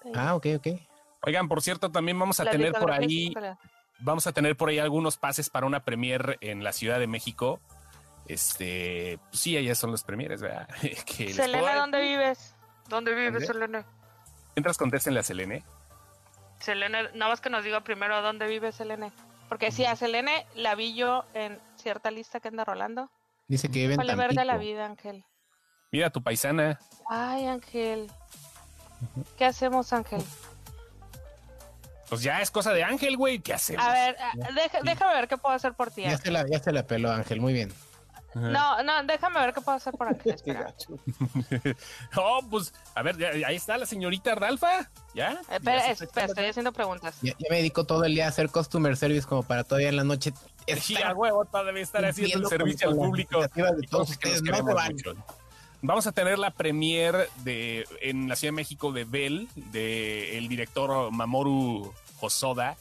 D: Está ahí.
A: Ah, ok, ok.
C: Oigan, por cierto, también vamos a
D: La
C: tener por
D: litografía
C: ahí
D: está colgada.
C: vamos a tener por ahí algunos pases para una premier en la Ciudad de México. Este, pues sí, allá son los premieres, ¿verdad? Que les puedo
D: Selena,
C: dar-
D: ¿dónde vives? ¿Dónde
C: ¿Dónde?
D: vives, Selena?
C: Mientras contesten la Selene.
D: Selene, nada más que nos diga primero dónde vive Selene. Porque sí, a Selene la vi yo en cierta lista que anda rolando.
A: Dice que viven
D: Vale verga la
A: Tampico.
D: vida, Ángel.
C: Mira tu paisana.
D: Ay, Ángel. ¿Qué hacemos, Ángel?
C: Pues ya es cosa de Ángel, güey. ¿Qué hacemos?
D: A ver, a- deja- déjame ver qué puedo hacer por ti.
A: Ya
D: Ángel.
A: se, la, ya se la peló Ángel, muy bien.
C: Ajá.
D: No, no, déjame ver qué puedo hacer por Ángel.
B: Qué
D: Espera, Eh,
B: gacho.
C: No, pues, a ver, ya- ahí está la señorita Ralfa. ¿Ya?
D: espera,
C: Ya se-
D: espera, estoy haciendo preguntas.
A: Ya, ya me dedico todo el día a hacer customer service como para todavía en la noche.
C: Sí,
A: estar
C: a huevo, todavía estar haciendo el
A: cumpliendo
C: servicio al
A: con las
C: público.
A: expectativas de
C: Y cosas
A: todos
C: que nos
A: ustedes, no
C: queremos
A: se vale.
C: mucho. Vamos a tener la premier de en la Ciudad de México de Bell, de el director Mamoru Hosoda.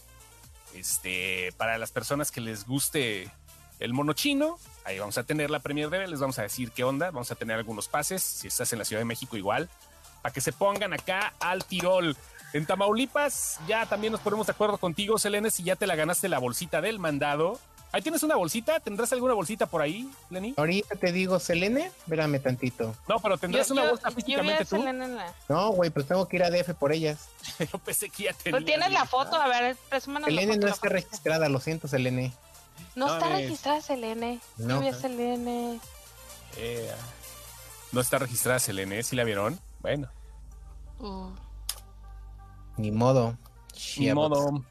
C: Este, para las personas que les guste el mono chino, ahí vamos a tener la premier de Bell, les vamos a decir qué onda, vamos a tener algunos pases, si estás en la Ciudad de México igual, para que se pongan acá al tirol. En Tamaulipas ya también nos ponemos de acuerdo contigo, Selene, si ya te la ganaste la bolsita del mandado. Ahí tienes una bolsita, ¿tendrás alguna bolsita por ahí, Lenny?
A: Ahorita te digo, Selene, espérame tantito.
C: No, pero tendrás
D: Yo-
C: una
D: yo-
C: bolsa
D: yo vi a
C: físicamente tú.
D: Selena en la-
A: No, güey, pues tengo que ir a DF por ellas.
C: Yo pensé que ya tenías.
D: Pues tienes la foto, a ver, presúmanos la
A: Selene
D: foto,
A: no
D: la
A: está
D: foto.
A: registrada, lo siento, Selene.
D: No
C: No,
D: está
C: es-
D: registrada Selene.
A: No.
D: No vi a Selene.
C: Eh, no está registrada Selene, si la vieron? Bueno,
D: Mm.
A: Ni modo. pues,
C: ni
A: Shit.
C: modo.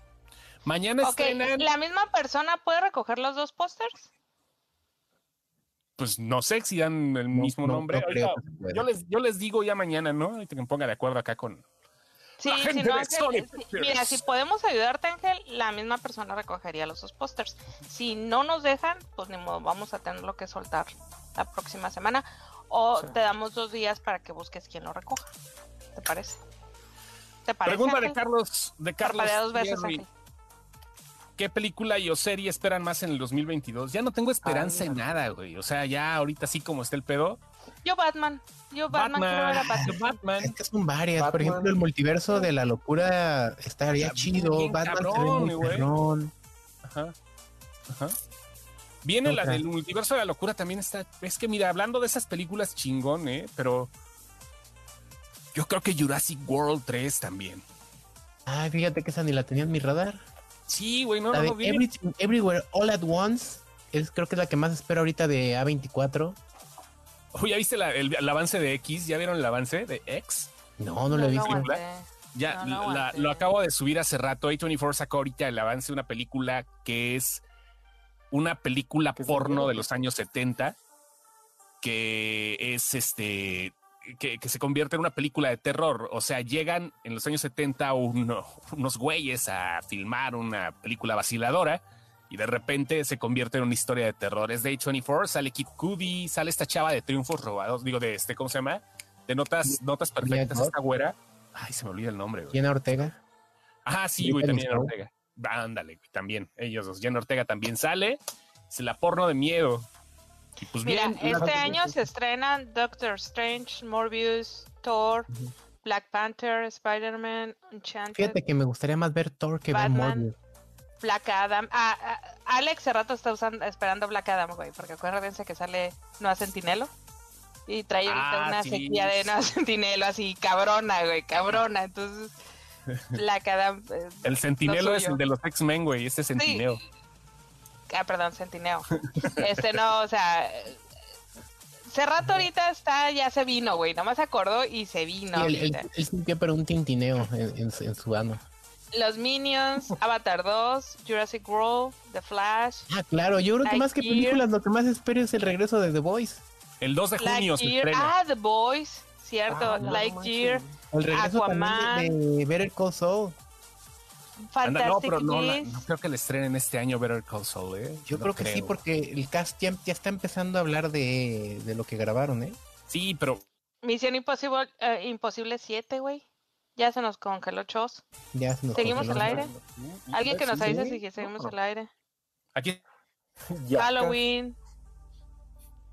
C: Mañana
D: Ok,
C: estrenan,
D: ¿la misma persona puede recoger los dos pósters?
C: pues no sé si dan el mismo
A: No, no,
C: nombre.
A: no
C: Ahorita
A: creo que se pueda.
C: yo, les, yo les digo ya mañana, ¿no? Y que me ponga de acuerdo acá con.
D: Sí,
C: La
D: si
C: gente
D: no,
C: de
D: Ángel, eh,
C: Sony
D: si-
C: Pictures.
D: mira, si podemos ayudarte, Ángel, la misma persona recogería los dos pósters. Si no nos dejan, pues ni modo, vamos a tenerlo que soltar la próxima semana. O te damos dos días para que busques quien lo recoja. ¿Te parece? ¿Te parece?
C: Pregunta de
D: Ángel?
C: Carlos, de Carlos.
D: Parpadea dos veces,
C: Jerry.
D: Ángel.
C: ¿Qué película y o serie esperan más en el 2022? Ya no tengo esperanza en nada, güey. O sea, ya ahorita sí como está el pedo.
D: Yo Batman. Yo Batman, quiero ver a Batman.
C: Batman.
A: Este Es que son varias. Por
B: Batman.
A: ejemplo, el multiverso de la locura estaría
C: Está
A: chido.
C: bien
A: Batman se ve
C: cabrón,
A: muy
C: güey.
A: perrón.
C: Ajá. Ajá. Viene la
A: Otra.
C: del multiverso de la locura también está. Es que mira, hablando de esas películas chingón, ¿eh? Pero yo creo que Jurassic World 3 también.
A: Ay, fíjate que esa ni la tenía en mi radar.
C: Sí, güey, no,
A: La
C: no,
A: de
C: no, viene-
A: Everything, Everywhere, All at Once. Es, creo que es la que más espero ahorita de A24.
C: Uy, ¿ya viste la- el, el avance de X? ¿Ya vieron el avance de X?
A: No, no la he
D: No, no
A: visto.
C: película.
D: aguanté.
C: Ya
D: No, no
C: la-
D: aguanté.
C: lo acabo de subir hace rato. A24 sacó ahorita el avance de una película que es una película
B: Que se
C: porno
B: llama-
C: de los años 70 que es este que, que se convierte en una película de terror. O sea, llegan en los años 70 uno- unos güeyes a filmar una película vaciladora y de repente se convierte en una historia de terror. Es de A24, sale Kid Cudi, sale esta chava de Triunfos Robados, digo, de este, ¿cómo se llama? De Notas, notas Perfectas,
A: Goth.
C: esta güera. Ay, se me olvida el nombre, güey.
A: Jenna Ortega.
C: Ah, sí, güey,
A: Britney
C: también
A: Spears.
C: Ortega. Ándale, güey, también. Ellos dos. Jenna Ortega también sale. Se la porno de miedo. Y pues
D: Mira,
C: bien,
D: este año se estrenan Doctor Strange, Morbius, Thor, Black Panther, Spider-Man, Enchanted,
A: Fíjate que me gustaría más ver Thor que ver
D: Batman.
A: Morbius.
D: Black Adam. Ah, ah, Alex hace rato está usando, esperando Black Adam, güey, porque acuérdense que sale Nueva Centinelo. Y trae ahorita
C: Ah,
D: una
C: sí.
D: sequía de Nueva Centinelo así cabrona, güey, cabrona. Entonces, Black Adam. eh,
C: el sentinelo
D: lo
C: es
D: suyo.
C: el de los X-Men, güey. Este sentineo.
D: Ah, perdón, Centineo. Este no, o sea. eh, Cerrato ahorita está, ya se vino, güey. Nomás se acordó y se vino.
A: Sí, él, él,
D: ahorita.
A: él sintió pero un tintineo en, en, en su ano.
D: Los Minions, Avatar 2, Jurassic World, The Flash,
A: Ah, claro, yo creo que más que
D: Lightyear.
A: películas, lo que más espero es el regreso de The Voice.
C: El 2 de junio se
D: Lightyear.
C: estrena.
D: Ah, The Boys, cierto.
B: Ah, no
D: Lightyear,
B: manches.
A: El regreso también de, de Better Call Saul.
C: Anda, no,
D: Fantastic
C: pero no, la-
D: Beasts.
C: no creo que le estrenen este año Better Call Saul, ¿eh?
A: Yo
C: No
A: creo que sí, porque el cast ya, ya está empezando a hablar de, de lo que grabaron, ¿eh?
C: Sí, pero
D: Misión Imposible, eh, Imposible 7, güey. Ya se nos congeló Chos.
A: Ya se nos
D: ¿Seguimos
A: congeló.
D: al aire? Alguien que nos avise
B: Sí,
D: si seguimos
B: no.
D: al aire.
C: aquí
B: Yacas.
D: Halloween.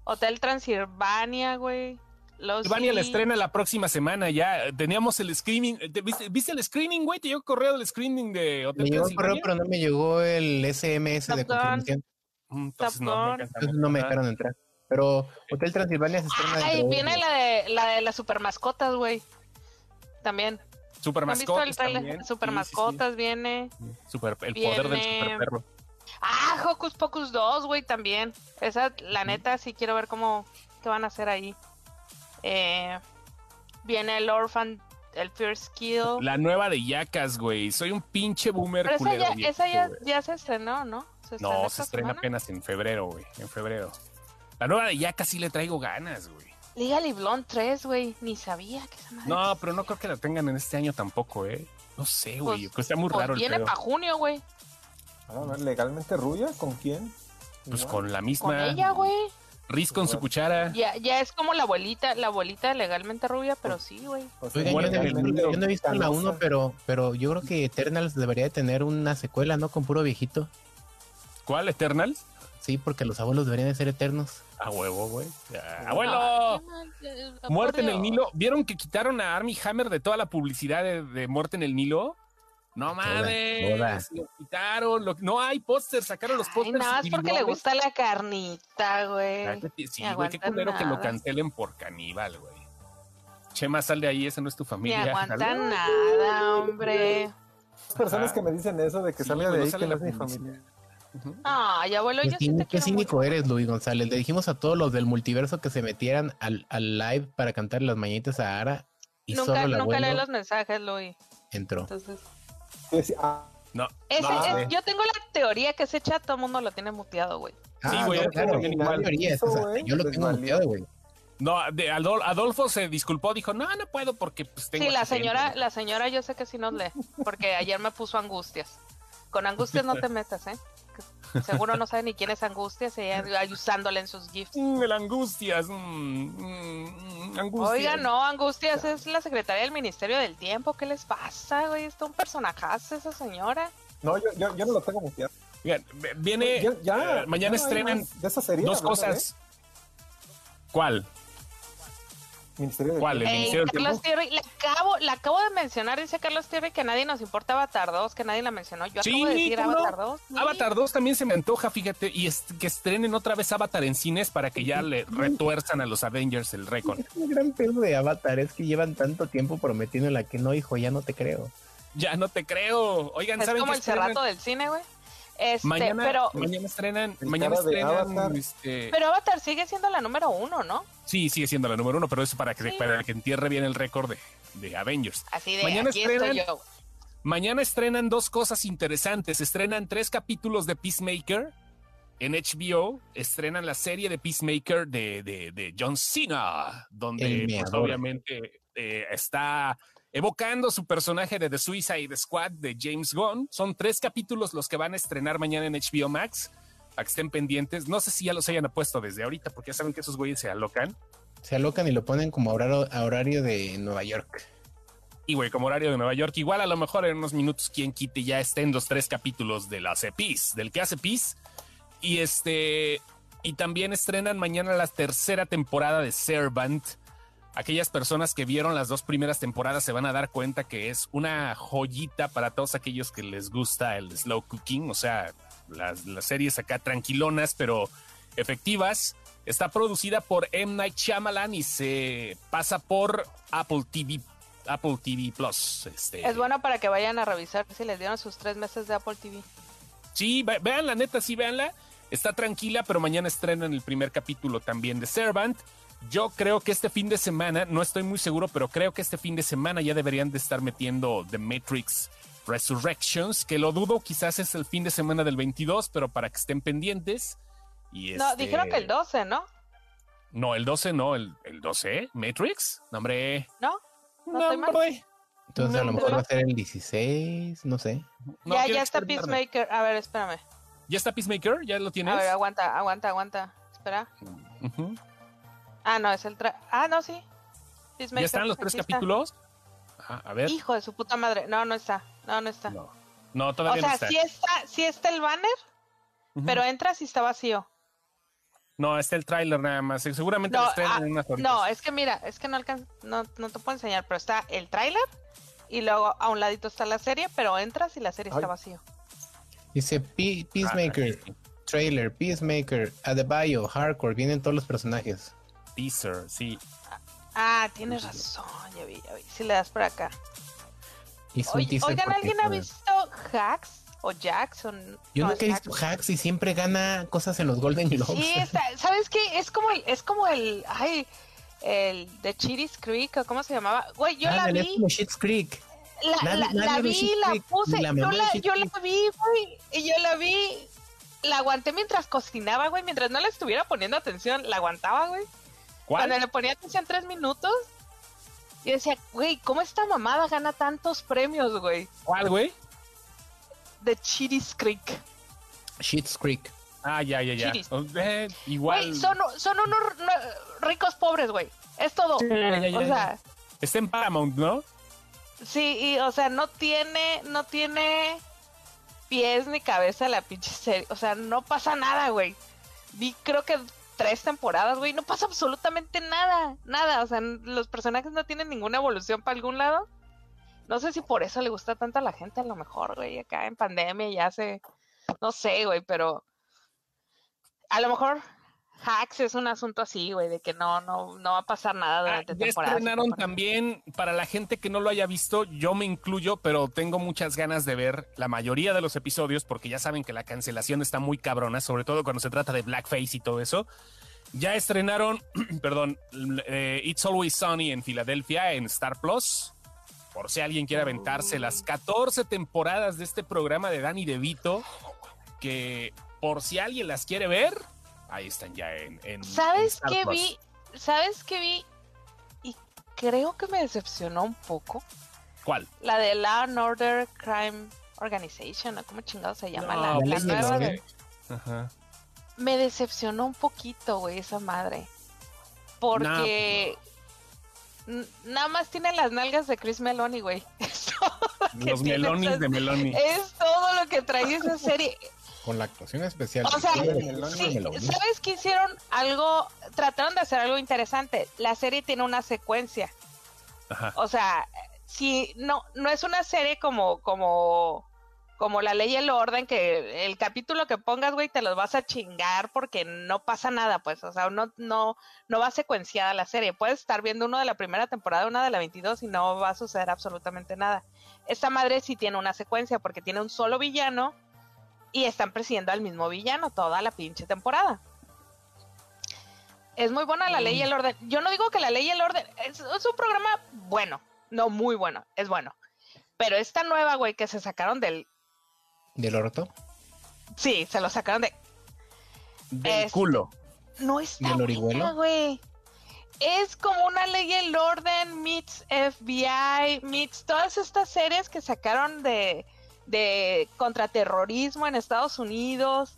D: Hotel Transilvania, güey. Los
C: Silvania la
D: Sims.
C: estrena la próxima semana ya. eh, Teníamos el screening. eh, ¿Te- ¿Viste, viste el screening, güey? Te llegó correo del screening de Hotel
A: Me llegó el correo,
C: Transilvania?
A: pero no me llegó el SMS de
D: Top Gun.
A: confirmación.
C: Mm, Entonces no,
D: Top
C: no
D: Gun.
C: alcanzamos.
A: Entonces no me
C: Ajá.
A: dejaron entrar. Pero Hotel Transilvania se estrena.
D: Ay,
A: dentro de-
D: viene la de la de las super mascotas, güey. También.
C: Super
D: ¿Han visto el
C: mascotas.
D: trailer?
C: también.
D: Super
C: Sí, sí, sí.
D: mascotas viene.
C: Super, el poder del
D: Viene-
C: super perro.
D: Ah, Hocus Pocus 2, güey, también. Esa, la neta, sí quiero ver cómo qué van a hacer ahí. Eh, viene el Orphan, el First Kill.
C: La nueva de Yacas, güey. Soy un pinche boomer
D: Pero esa
C: culero.
D: ya,
C: viejo,
D: esa ya,
C: güey.
D: ya se estrenó, ¿no? ¿Se
C: No, se
D: esta
C: estrena
D: semana?
C: apenas en febrero, güey. En febrero. La nueva de Yacas sí le traigo ganas, güey.
D: Legally Blonde 3, güey. Ni sabía que esa madre
C: No,
D: existía.
C: pero no creo que la tengan en este año tampoco, ¿eh? No sé, güey.
D: Pues-
C: que está muy
D: Pues
C: raro el
D: viene
C: pedo.
D: para junio, güey.
B: Ah, no, ¿Legalmente rubia? ¿Con quién?
C: Pues
B: Igual.
C: con la misma.
D: Con ella, güey.
C: Riz con su
B: Bueno.
C: cuchara.
D: Ya, ya es como la abuelita, la abuelita legalmente rubia, pero
C: Pues,
D: sí, güey.
B: O sea,
A: Oigan, yo, no he visto-
B: legalmente
A: yo no he visto la
B: canosa.
A: 1, pero, pero yo creo que Eternals debería de tener una secuela, ¿no? Con puro viejito.
C: ¿Cuál? ¿Eternal?
A: Sí, porque los abuelos deberían de ser eternos.
C: A huevo, güey. Ya,
D: Ay,
C: ¡Abuelo!
D: qué mal, eh, por
C: Muerte en el
D: Dios.
C: Nilo. ¿Vieron que quitaron a Army Hammer de toda la publicidad de, de Muerte en el Nilo? No mames.
A: toda.
C: Lo quitaron. lo- no hay póster. Sacaron los
D: Ay,
C: pósters.
D: nada más porque le
C: individuales.
D: gusta la carnita,
C: Ah,
D: güey.
C: que- Sí,
D: ni
C: güey. Qué
D: aguantan
C: culero que lo
D: nada.
C: cancelen por caníbal, güey. Chema, sal de ahí. Esa no es tu
D: Ni
C: familia.
D: aguanta nada, hombre.
B: personas
C: Ah.
B: que me dicen eso de que
C: Sí,
B: salga
C: güey,
B: de
C: no
B: ahí
C: sale
B: que
C: la
B: no es mi
C: publicidad.
B: familia.
C: Ujú.
D: Ay, abuelo, yo
A: Qué,
D: sí
A: cín-
D: te
A: qué
D: quiero
A: Pues cínico
D: mucho.
A: eres, Luis González. Le dijimos a todos los del multiverso que se metieran al, al live para cantar las mañanitas a Ara y
D: Nunca,
A: solo la
D: nunca lee
A: abuelo
D: los mensajes, Luis.
A: entró.
D: Entonces,
B: Yo decía, ah,
C: No.
D: ese-
C: no,
D: es-
C: eh.
D: yo tengo la teoría que ese chat todo el mundo lo tiene muteado, güey.
C: Sí,
A: Ah,
C: güey,
A: no,
C: yo
A: claro,
C: también
A: no hay
B: igual.
A: teorías,
B: Eso,
A: o sea,
B: güey,
A: yo lo tengo
B: desvalió.
A: muteado, güey.
C: No, de Adol- Adolfo se disculpó, dijo, no, no puedo porque pues tengo...
D: Sí, la
C: aquí gente,
D: señora,
C: ¿no?".
D: la señora yo sé que sí nos lee, porque ayer me puso angustias. Con angustias no te metas, ¿eh? Que Seguro no sabe ni quién es angustias, ella ahí usándole en sus gifs.
C: Mm, el angustias, mm, mm, mm, angustias.
D: Oiga, no, Angustias es la secretaria del Ministerio del Tiempo. ¿Qué les pasa, güey? Está un personajazo esa señora.
B: No, yo, yo, yo no lo tengo muteado.
C: Oigan, ve- viene...
B: Ya- ya,
C: eh, mañana
B: ya,
C: estrenan
B: además, de esa serie,
C: dos
B: hablando
C: cosas. ¿Cuál?
B: de Ministerio de
C: ¿Cuál? El
B: Tiempo.
D: Ey,
C: Ministerio del
D: Carlos
C: Tiempo.
D: Thierry, la acabo, la acabo de mencionar, dice Carlos Thierry, que nadie nos importa Avatar 2, que nadie la mencionó. Yo
C: Sí,
D: acabo de decir
C: ¿cómo no?
D: Avatar 2. sí.
C: Avatar 2 también se me antoja, fíjate, y est- que estrenen otra vez Avatar en cines para que ya le retuerzan a los Avengers el récord.
A: El gran pedo de Avatar es que llevan tanto tiempo prometiéndola que no, hijo, ya no te creo.
C: Ya no te creo. Oigan,
D: Es
C: ¿saben
D: como
C: qué
D: el
C: estrenan?
D: cerrato del cine, güey. Este,
C: Mañana,
D: pero,
C: mañana estrenan,
B: El
C: mañana
B: cara de
C: estrenan,
B: Avatar.
C: este,
D: pero Avatar sigue siendo la número uno, ¿no?
C: Sí, sigue siendo la número uno, pero eso para que,
D: Sí.
C: para que entierre bien el récord de, de Avengers.
D: Así de
C: Mañana
D: aquí
C: estrenan-
D: estoy yo. güey.
C: Mañana estrenan dos cosas interesantes. Estrenan tres capítulos de Peacemaker en HBO. Estrenan la serie de Peacemaker de, de- de John Cena, donde
A: El
C: pues,
A: meador.
C: obviamente eh, está evocando su personaje de The Suicide Squad de James Gunn. Son tres capítulos los que van a estrenar mañana en HBO Max. Para que estén pendientes. No sé si ya los hayan puesto desde ahorita, porque ya saben que esos güeyes se alocan.
A: Se alocan y lo ponen como a horario, a horario de Nueva York.
C: Y güey, como horario de Nueva York, igual a lo mejor en unos minutos quien quite ya estén los tres capítulos de la Cepis, del que hace Pis. Y este y también estrenan mañana la tercera temporada de Servant. Aquellas personas que vieron las dos primeras temporadas se van a dar cuenta que es una joyita para todos aquellos que les gusta el slow cooking, o sea, las, las series acá tranquilonas pero efectivas. Está producida por M. Night Shyamalan y se pasa por Apple TV Apple TV Plus. Este,
D: Es bueno para que vayan a revisar si les dieron sus tres meses de Apple TV.
C: Sí, ve- véanla, neta, sí, véanla. Está tranquila, pero mañana estrenan el primer capítulo también de Servant. Yo creo que este fin de semana, no estoy muy seguro, pero creo que este fin de semana ya deberían de estar metiendo The Matrix Resurrections, que lo dudo, quizás es el fin de semana del 22, pero para que estén pendientes. Y
D: No,
C: este-
D: dijeron que el 12, ¿no?
C: No, el 12 no, el, el 12, ¿Matrix? No, hombre.
D: ¿No, no estoy mal.
C: hombre.
A: Entonces a lo
C: No,
A: mejor
C: no.
A: va a ser el 16, no sé.
C: No,
D: ya,
C: tiene
D: ya
C: que
D: está
C: ser viernes.
D: Peacemaker. A ver, espérame.
C: ¿Ya está Peacemaker? ¿Ya lo tienes?
D: A ver, aguanta, aguanta, aguanta. Espera.
C: Ujú.
D: Ah, no, es el tra... Ah, no, sí.
C: ¿Ya
D: Peacemaker,
C: están los tres
D: aquí está.
C: capítulos? Ah, a ver.
A: ¿Eh?
D: Hijo de su puta madre. No, no está. No, no está.
C: No, no
D: o
C: todavía no
D: sea,
C: está.
D: sí está, sí está el banner,
C: Ujú.
D: Pero entras y está vacío.
C: No, está el tráiler nada más. Seguramente
D: No,
C: los traen
D: ah,
C: en unas horitas.
D: No, es que mira, es que no alcanz- no, no te puedo enseñar, pero está el tráiler y luego a un ladito está la serie, pero entras y la serie está
B: Ay.
D: vacío.
A: Dice Pe- Peacemaker,
D: Ah,
A: Trailer, Peacemaker, Adebayo, Hardcore, vienen todos los personajes.
C: Teaser, sí.
D: Ah, tienes razón, ya vi, ya vi. Si le das por acá.
A: Hizo un
D: Oye,
A: teaser
D: oigan,
A: porque
D: ¿alguien ha
A: fue-
D: visto Hacks o Jackson?
A: Yo nunca he visto hacks y siempre gana cosas en los Golden Globes.
D: Sí, está- ¿sabes qué? Es como el, es como el, ay, el de Chiris Creek, o cómo se llamaba. Güey, yo la
A: Ándale, es
D: vi,
A: como Schitt's Creek.
D: la,
A: nadie-
D: la-
A: nadie
D: la
A: ve
D: vi,
A: Schitt's
D: la
A: Creek,
D: puse,
A: ni la
D: yo
A: mamá de
D: la,
A: Schitt's
D: yo
A: Creek.
D: la vi, güey, y yo la vi, la aguanté mientras cocinaba, güey, mientras no le estuviera poniendo atención, la aguantaba, güey.
C: ¿Cuál?
D: Cuando le ponía atención tres minutos, yo decía, güey, ¿cómo esta mamada gana tantos premios, güey?
C: ¿Cuál, güey?
D: De Chiris Creek.
A: Schitt's Creek.
C: Ah, ya, ya, ya.
D: Chiris.
C: Eh, igual.
D: Güey, son, son unos no, ricos pobres, güey. Es todo.
C: Sí, ya, ya,
D: o
C: ya.
D: sea,
C: Está en Paramount, ¿no?
D: sí, y, o sea, no tiene, no tiene pies ni cabeza la pinche serie. O sea, no pasa nada, güey. Vi creo que tres temporadas, güey. No pasa absolutamente nada. Nada. O sea, n- los personajes no tienen ninguna evolución para algún lado. No sé si por eso le gusta tanto a la gente, a lo mejor, güey. Acá en pandemia ya se. No sé, güey, pero. A lo mejor Hacks es un asunto así, güey, de que no, no, no va a pasar nada
C: Ah,
D: durante
C: ya
D: temporadas. y
C: estrenaron
D: temporadas.
C: también, para la gente que no lo haya visto, yo me incluyo, pero tengo muchas ganas de ver la mayoría de los episodios porque ya saben que la cancelación está muy cabrona, sobre todo cuando se trata de blackface y todo eso. Ya estrenaron, perdón, l- eh, It's Always Sunny en Filadelfia en Star Plus. Por si alguien quiere aventarse las 14 temporadas de este programa de Danny DeVito, que por si alguien las quiere ver, ahí están ya en. en- en
D: ¿Sabes
C: Star
D: qué
C: Plus.
D: vi? ¿Sabes qué vi? Y creo que me decepcionó un poco.
C: ¿Cuál?
D: La de Law and Order Crime Organization, ¿o ¿cómo chingado se llama?
C: No,
D: la,
C: pues
D: la
C: es
D: nueva
A: que-
D: de- Me decepcionó un poquito, güey, esa madre. Porque
C: pues,
D: n- nada más tiene las nalgas de Chris Meloni, güey. Es todo, que
C: Los
D: tiene
C: melonis
D: esas-
C: de Meloni.
D: es todo lo que trae esa serie.
E: Con la actuación especial.
D: O sea,
E: de Peter
B: Meloni.
D: Sí,
E: Meloni.
D: ¿sabes que hicieron algo? Trataron de hacer algo interesante. La serie tiene una secuencia.
C: Ajá.
D: O sea, si no, no es una serie como, como, como la ley y el orden, que el capítulo que pongas, güey, te los vas a chingar porque no pasa nada, pues. O sea, no, no, no va secuenciada la serie. Puedes estar viendo uno de la primera temporada, una de la 22 y no va a suceder absolutamente nada. Esta madre sí tiene una secuencia porque tiene un solo villano y están persiguiendo al mismo villano toda la pinche temporada. Es muy buena la ley y el orden. Yo no digo que la ley y el orden es, es un programa bueno, no muy bueno, es bueno. Pero esta nueva, güey, que se sacaron del...
A: ¿Del orto?
D: Sí, se lo sacaron de...
C: Del
D: es-
C: culo.
D: No está
A: ¿Del
D: buena,
A: orihuelo?
D: güey. Es como una ley y el orden, meets FBI, meets todas estas series que sacaron de, de contraterrorismo en Estados Unidos,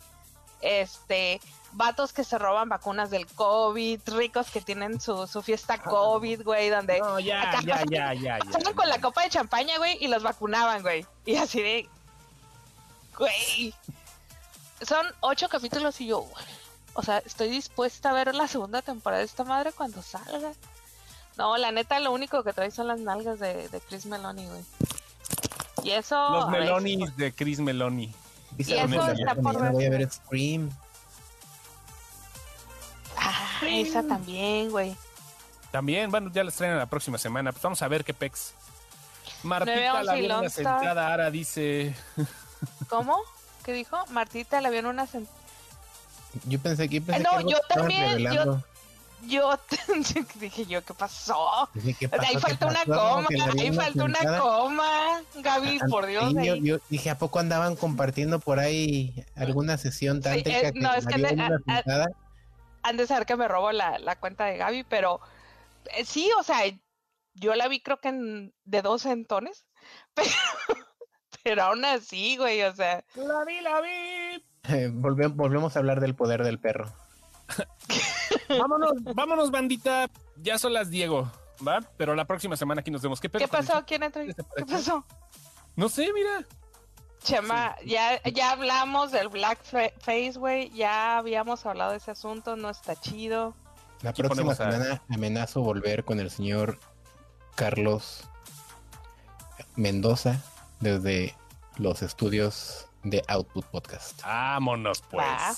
D: este, vatos que se roban vacunas del COVID, ricos que tienen su, su fiesta COVID, güey, donde
C: No, ya,
D: acá
C: ya, ya, ya. ya.
D: pasaron con la copa de champaña, güey, y los vacunaban, güey. Y así de. Güey. Son ocho capítulos y yo, güey. O sea, estoy dispuesta a ver la segunda temporada de esta madre cuando salga. No, la neta, lo único que trae son las nalgas de, de Chris Meloni, güey. Y eso.
C: Los
D: a veces-
C: melonis de Chris Meloni.
A: Dice
D: Y
A: la
D: eso
A: neta,
D: está
A: yo
D: por
A: mañana voy a
D: verse.
A: ver Scream.
D: Ah, esa también, güey.
C: También, bueno, ya las traen la próxima semana. Pues vamos a ver qué pex.
D: Nueve,
C: Martita
D: once
C: la
D: y
C: vieron
D: Lone Star.
C: sentada ara dice.
D: ¿Cómo? ¿Qué dijo? Martita la vio en una sen-
A: Yo pensé que yo pensé
D: Eh, no,
A: que algo
D: yo
A: estaban
D: también, yo-
A: revelando.
D: Yo dije yo, ¿qué pasó?
A: Dije, ¿qué
D: O sea, ahí
A: pasó? ¿Qué
D: falta una
A: pasó?
D: coma,
A: Que la vi
D: ahí
A: una
D: falta una
A: sentada.
D: coma, Gaby, por Dios.
A: Sí, yo,
D: ahí.
A: yo dije, ¿a poco andaban compartiendo por ahí alguna sesión tántrica
D: eh, no,
A: que
D: es
A: la
D: que
A: vi
D: ande-
A: en una
D: a- a-
A: sentada?
D: Han de saber que me robo la, la cuenta de Gaby, pero eh, sí, o sea, yo la vi creo que en- de dos entones, pero, pero aún así, güey, o sea,
C: ¡La vi, la vi!
A: Eh, volve- volvemos a hablar del poder del perro.
C: Vámonos, vámonos, bandita. Ya son las Diego, ¿va? Pero la próxima semana aquí nos vemos. ¿Qué, pedo
D: ¿qué
C: con el
D: pasó? ¿Quién entró?
C: chiste?
D: ¿Qué pasó?
C: No sé, mira.
D: Chema, ya, ya hablamos del blackface, güey. Ya habíamos hablado de ese asunto, no está chido.
A: La
C: Aquí
A: próxima
C: ponemos a-
A: semana amenazo volver con el señor Carlos Mendoza desde los estudios de Output Podcast.
C: Vámonos, pues.
D: Va.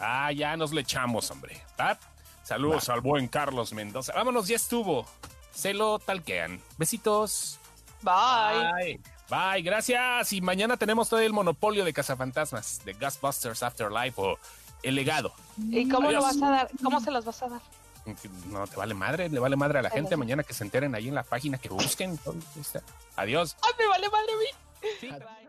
C: Ah, ya nos le echamos, hombre. ¿Va? Saludos al buen Carlos Mendoza. Vámonos, ya estuvo. Se lo talquean. Besitos.
D: Bye.
C: Bye. Bye, gracias. Y mañana tenemos todo el monopolio de Cazafantasmas, de Ghostbusters Afterlife o El Legado.
D: ¿Y cómo lo
C: Adiós.
D: vas a dar? ¿Cómo se los vas a dar?
C: No te vale madre, le vale madre a la gente.
D: Adiós.
C: Mañana que se enteren ahí en la página, que busquen. todo, ahí está. Adiós.
D: ¡Ay, me vale madre a mí! Bye.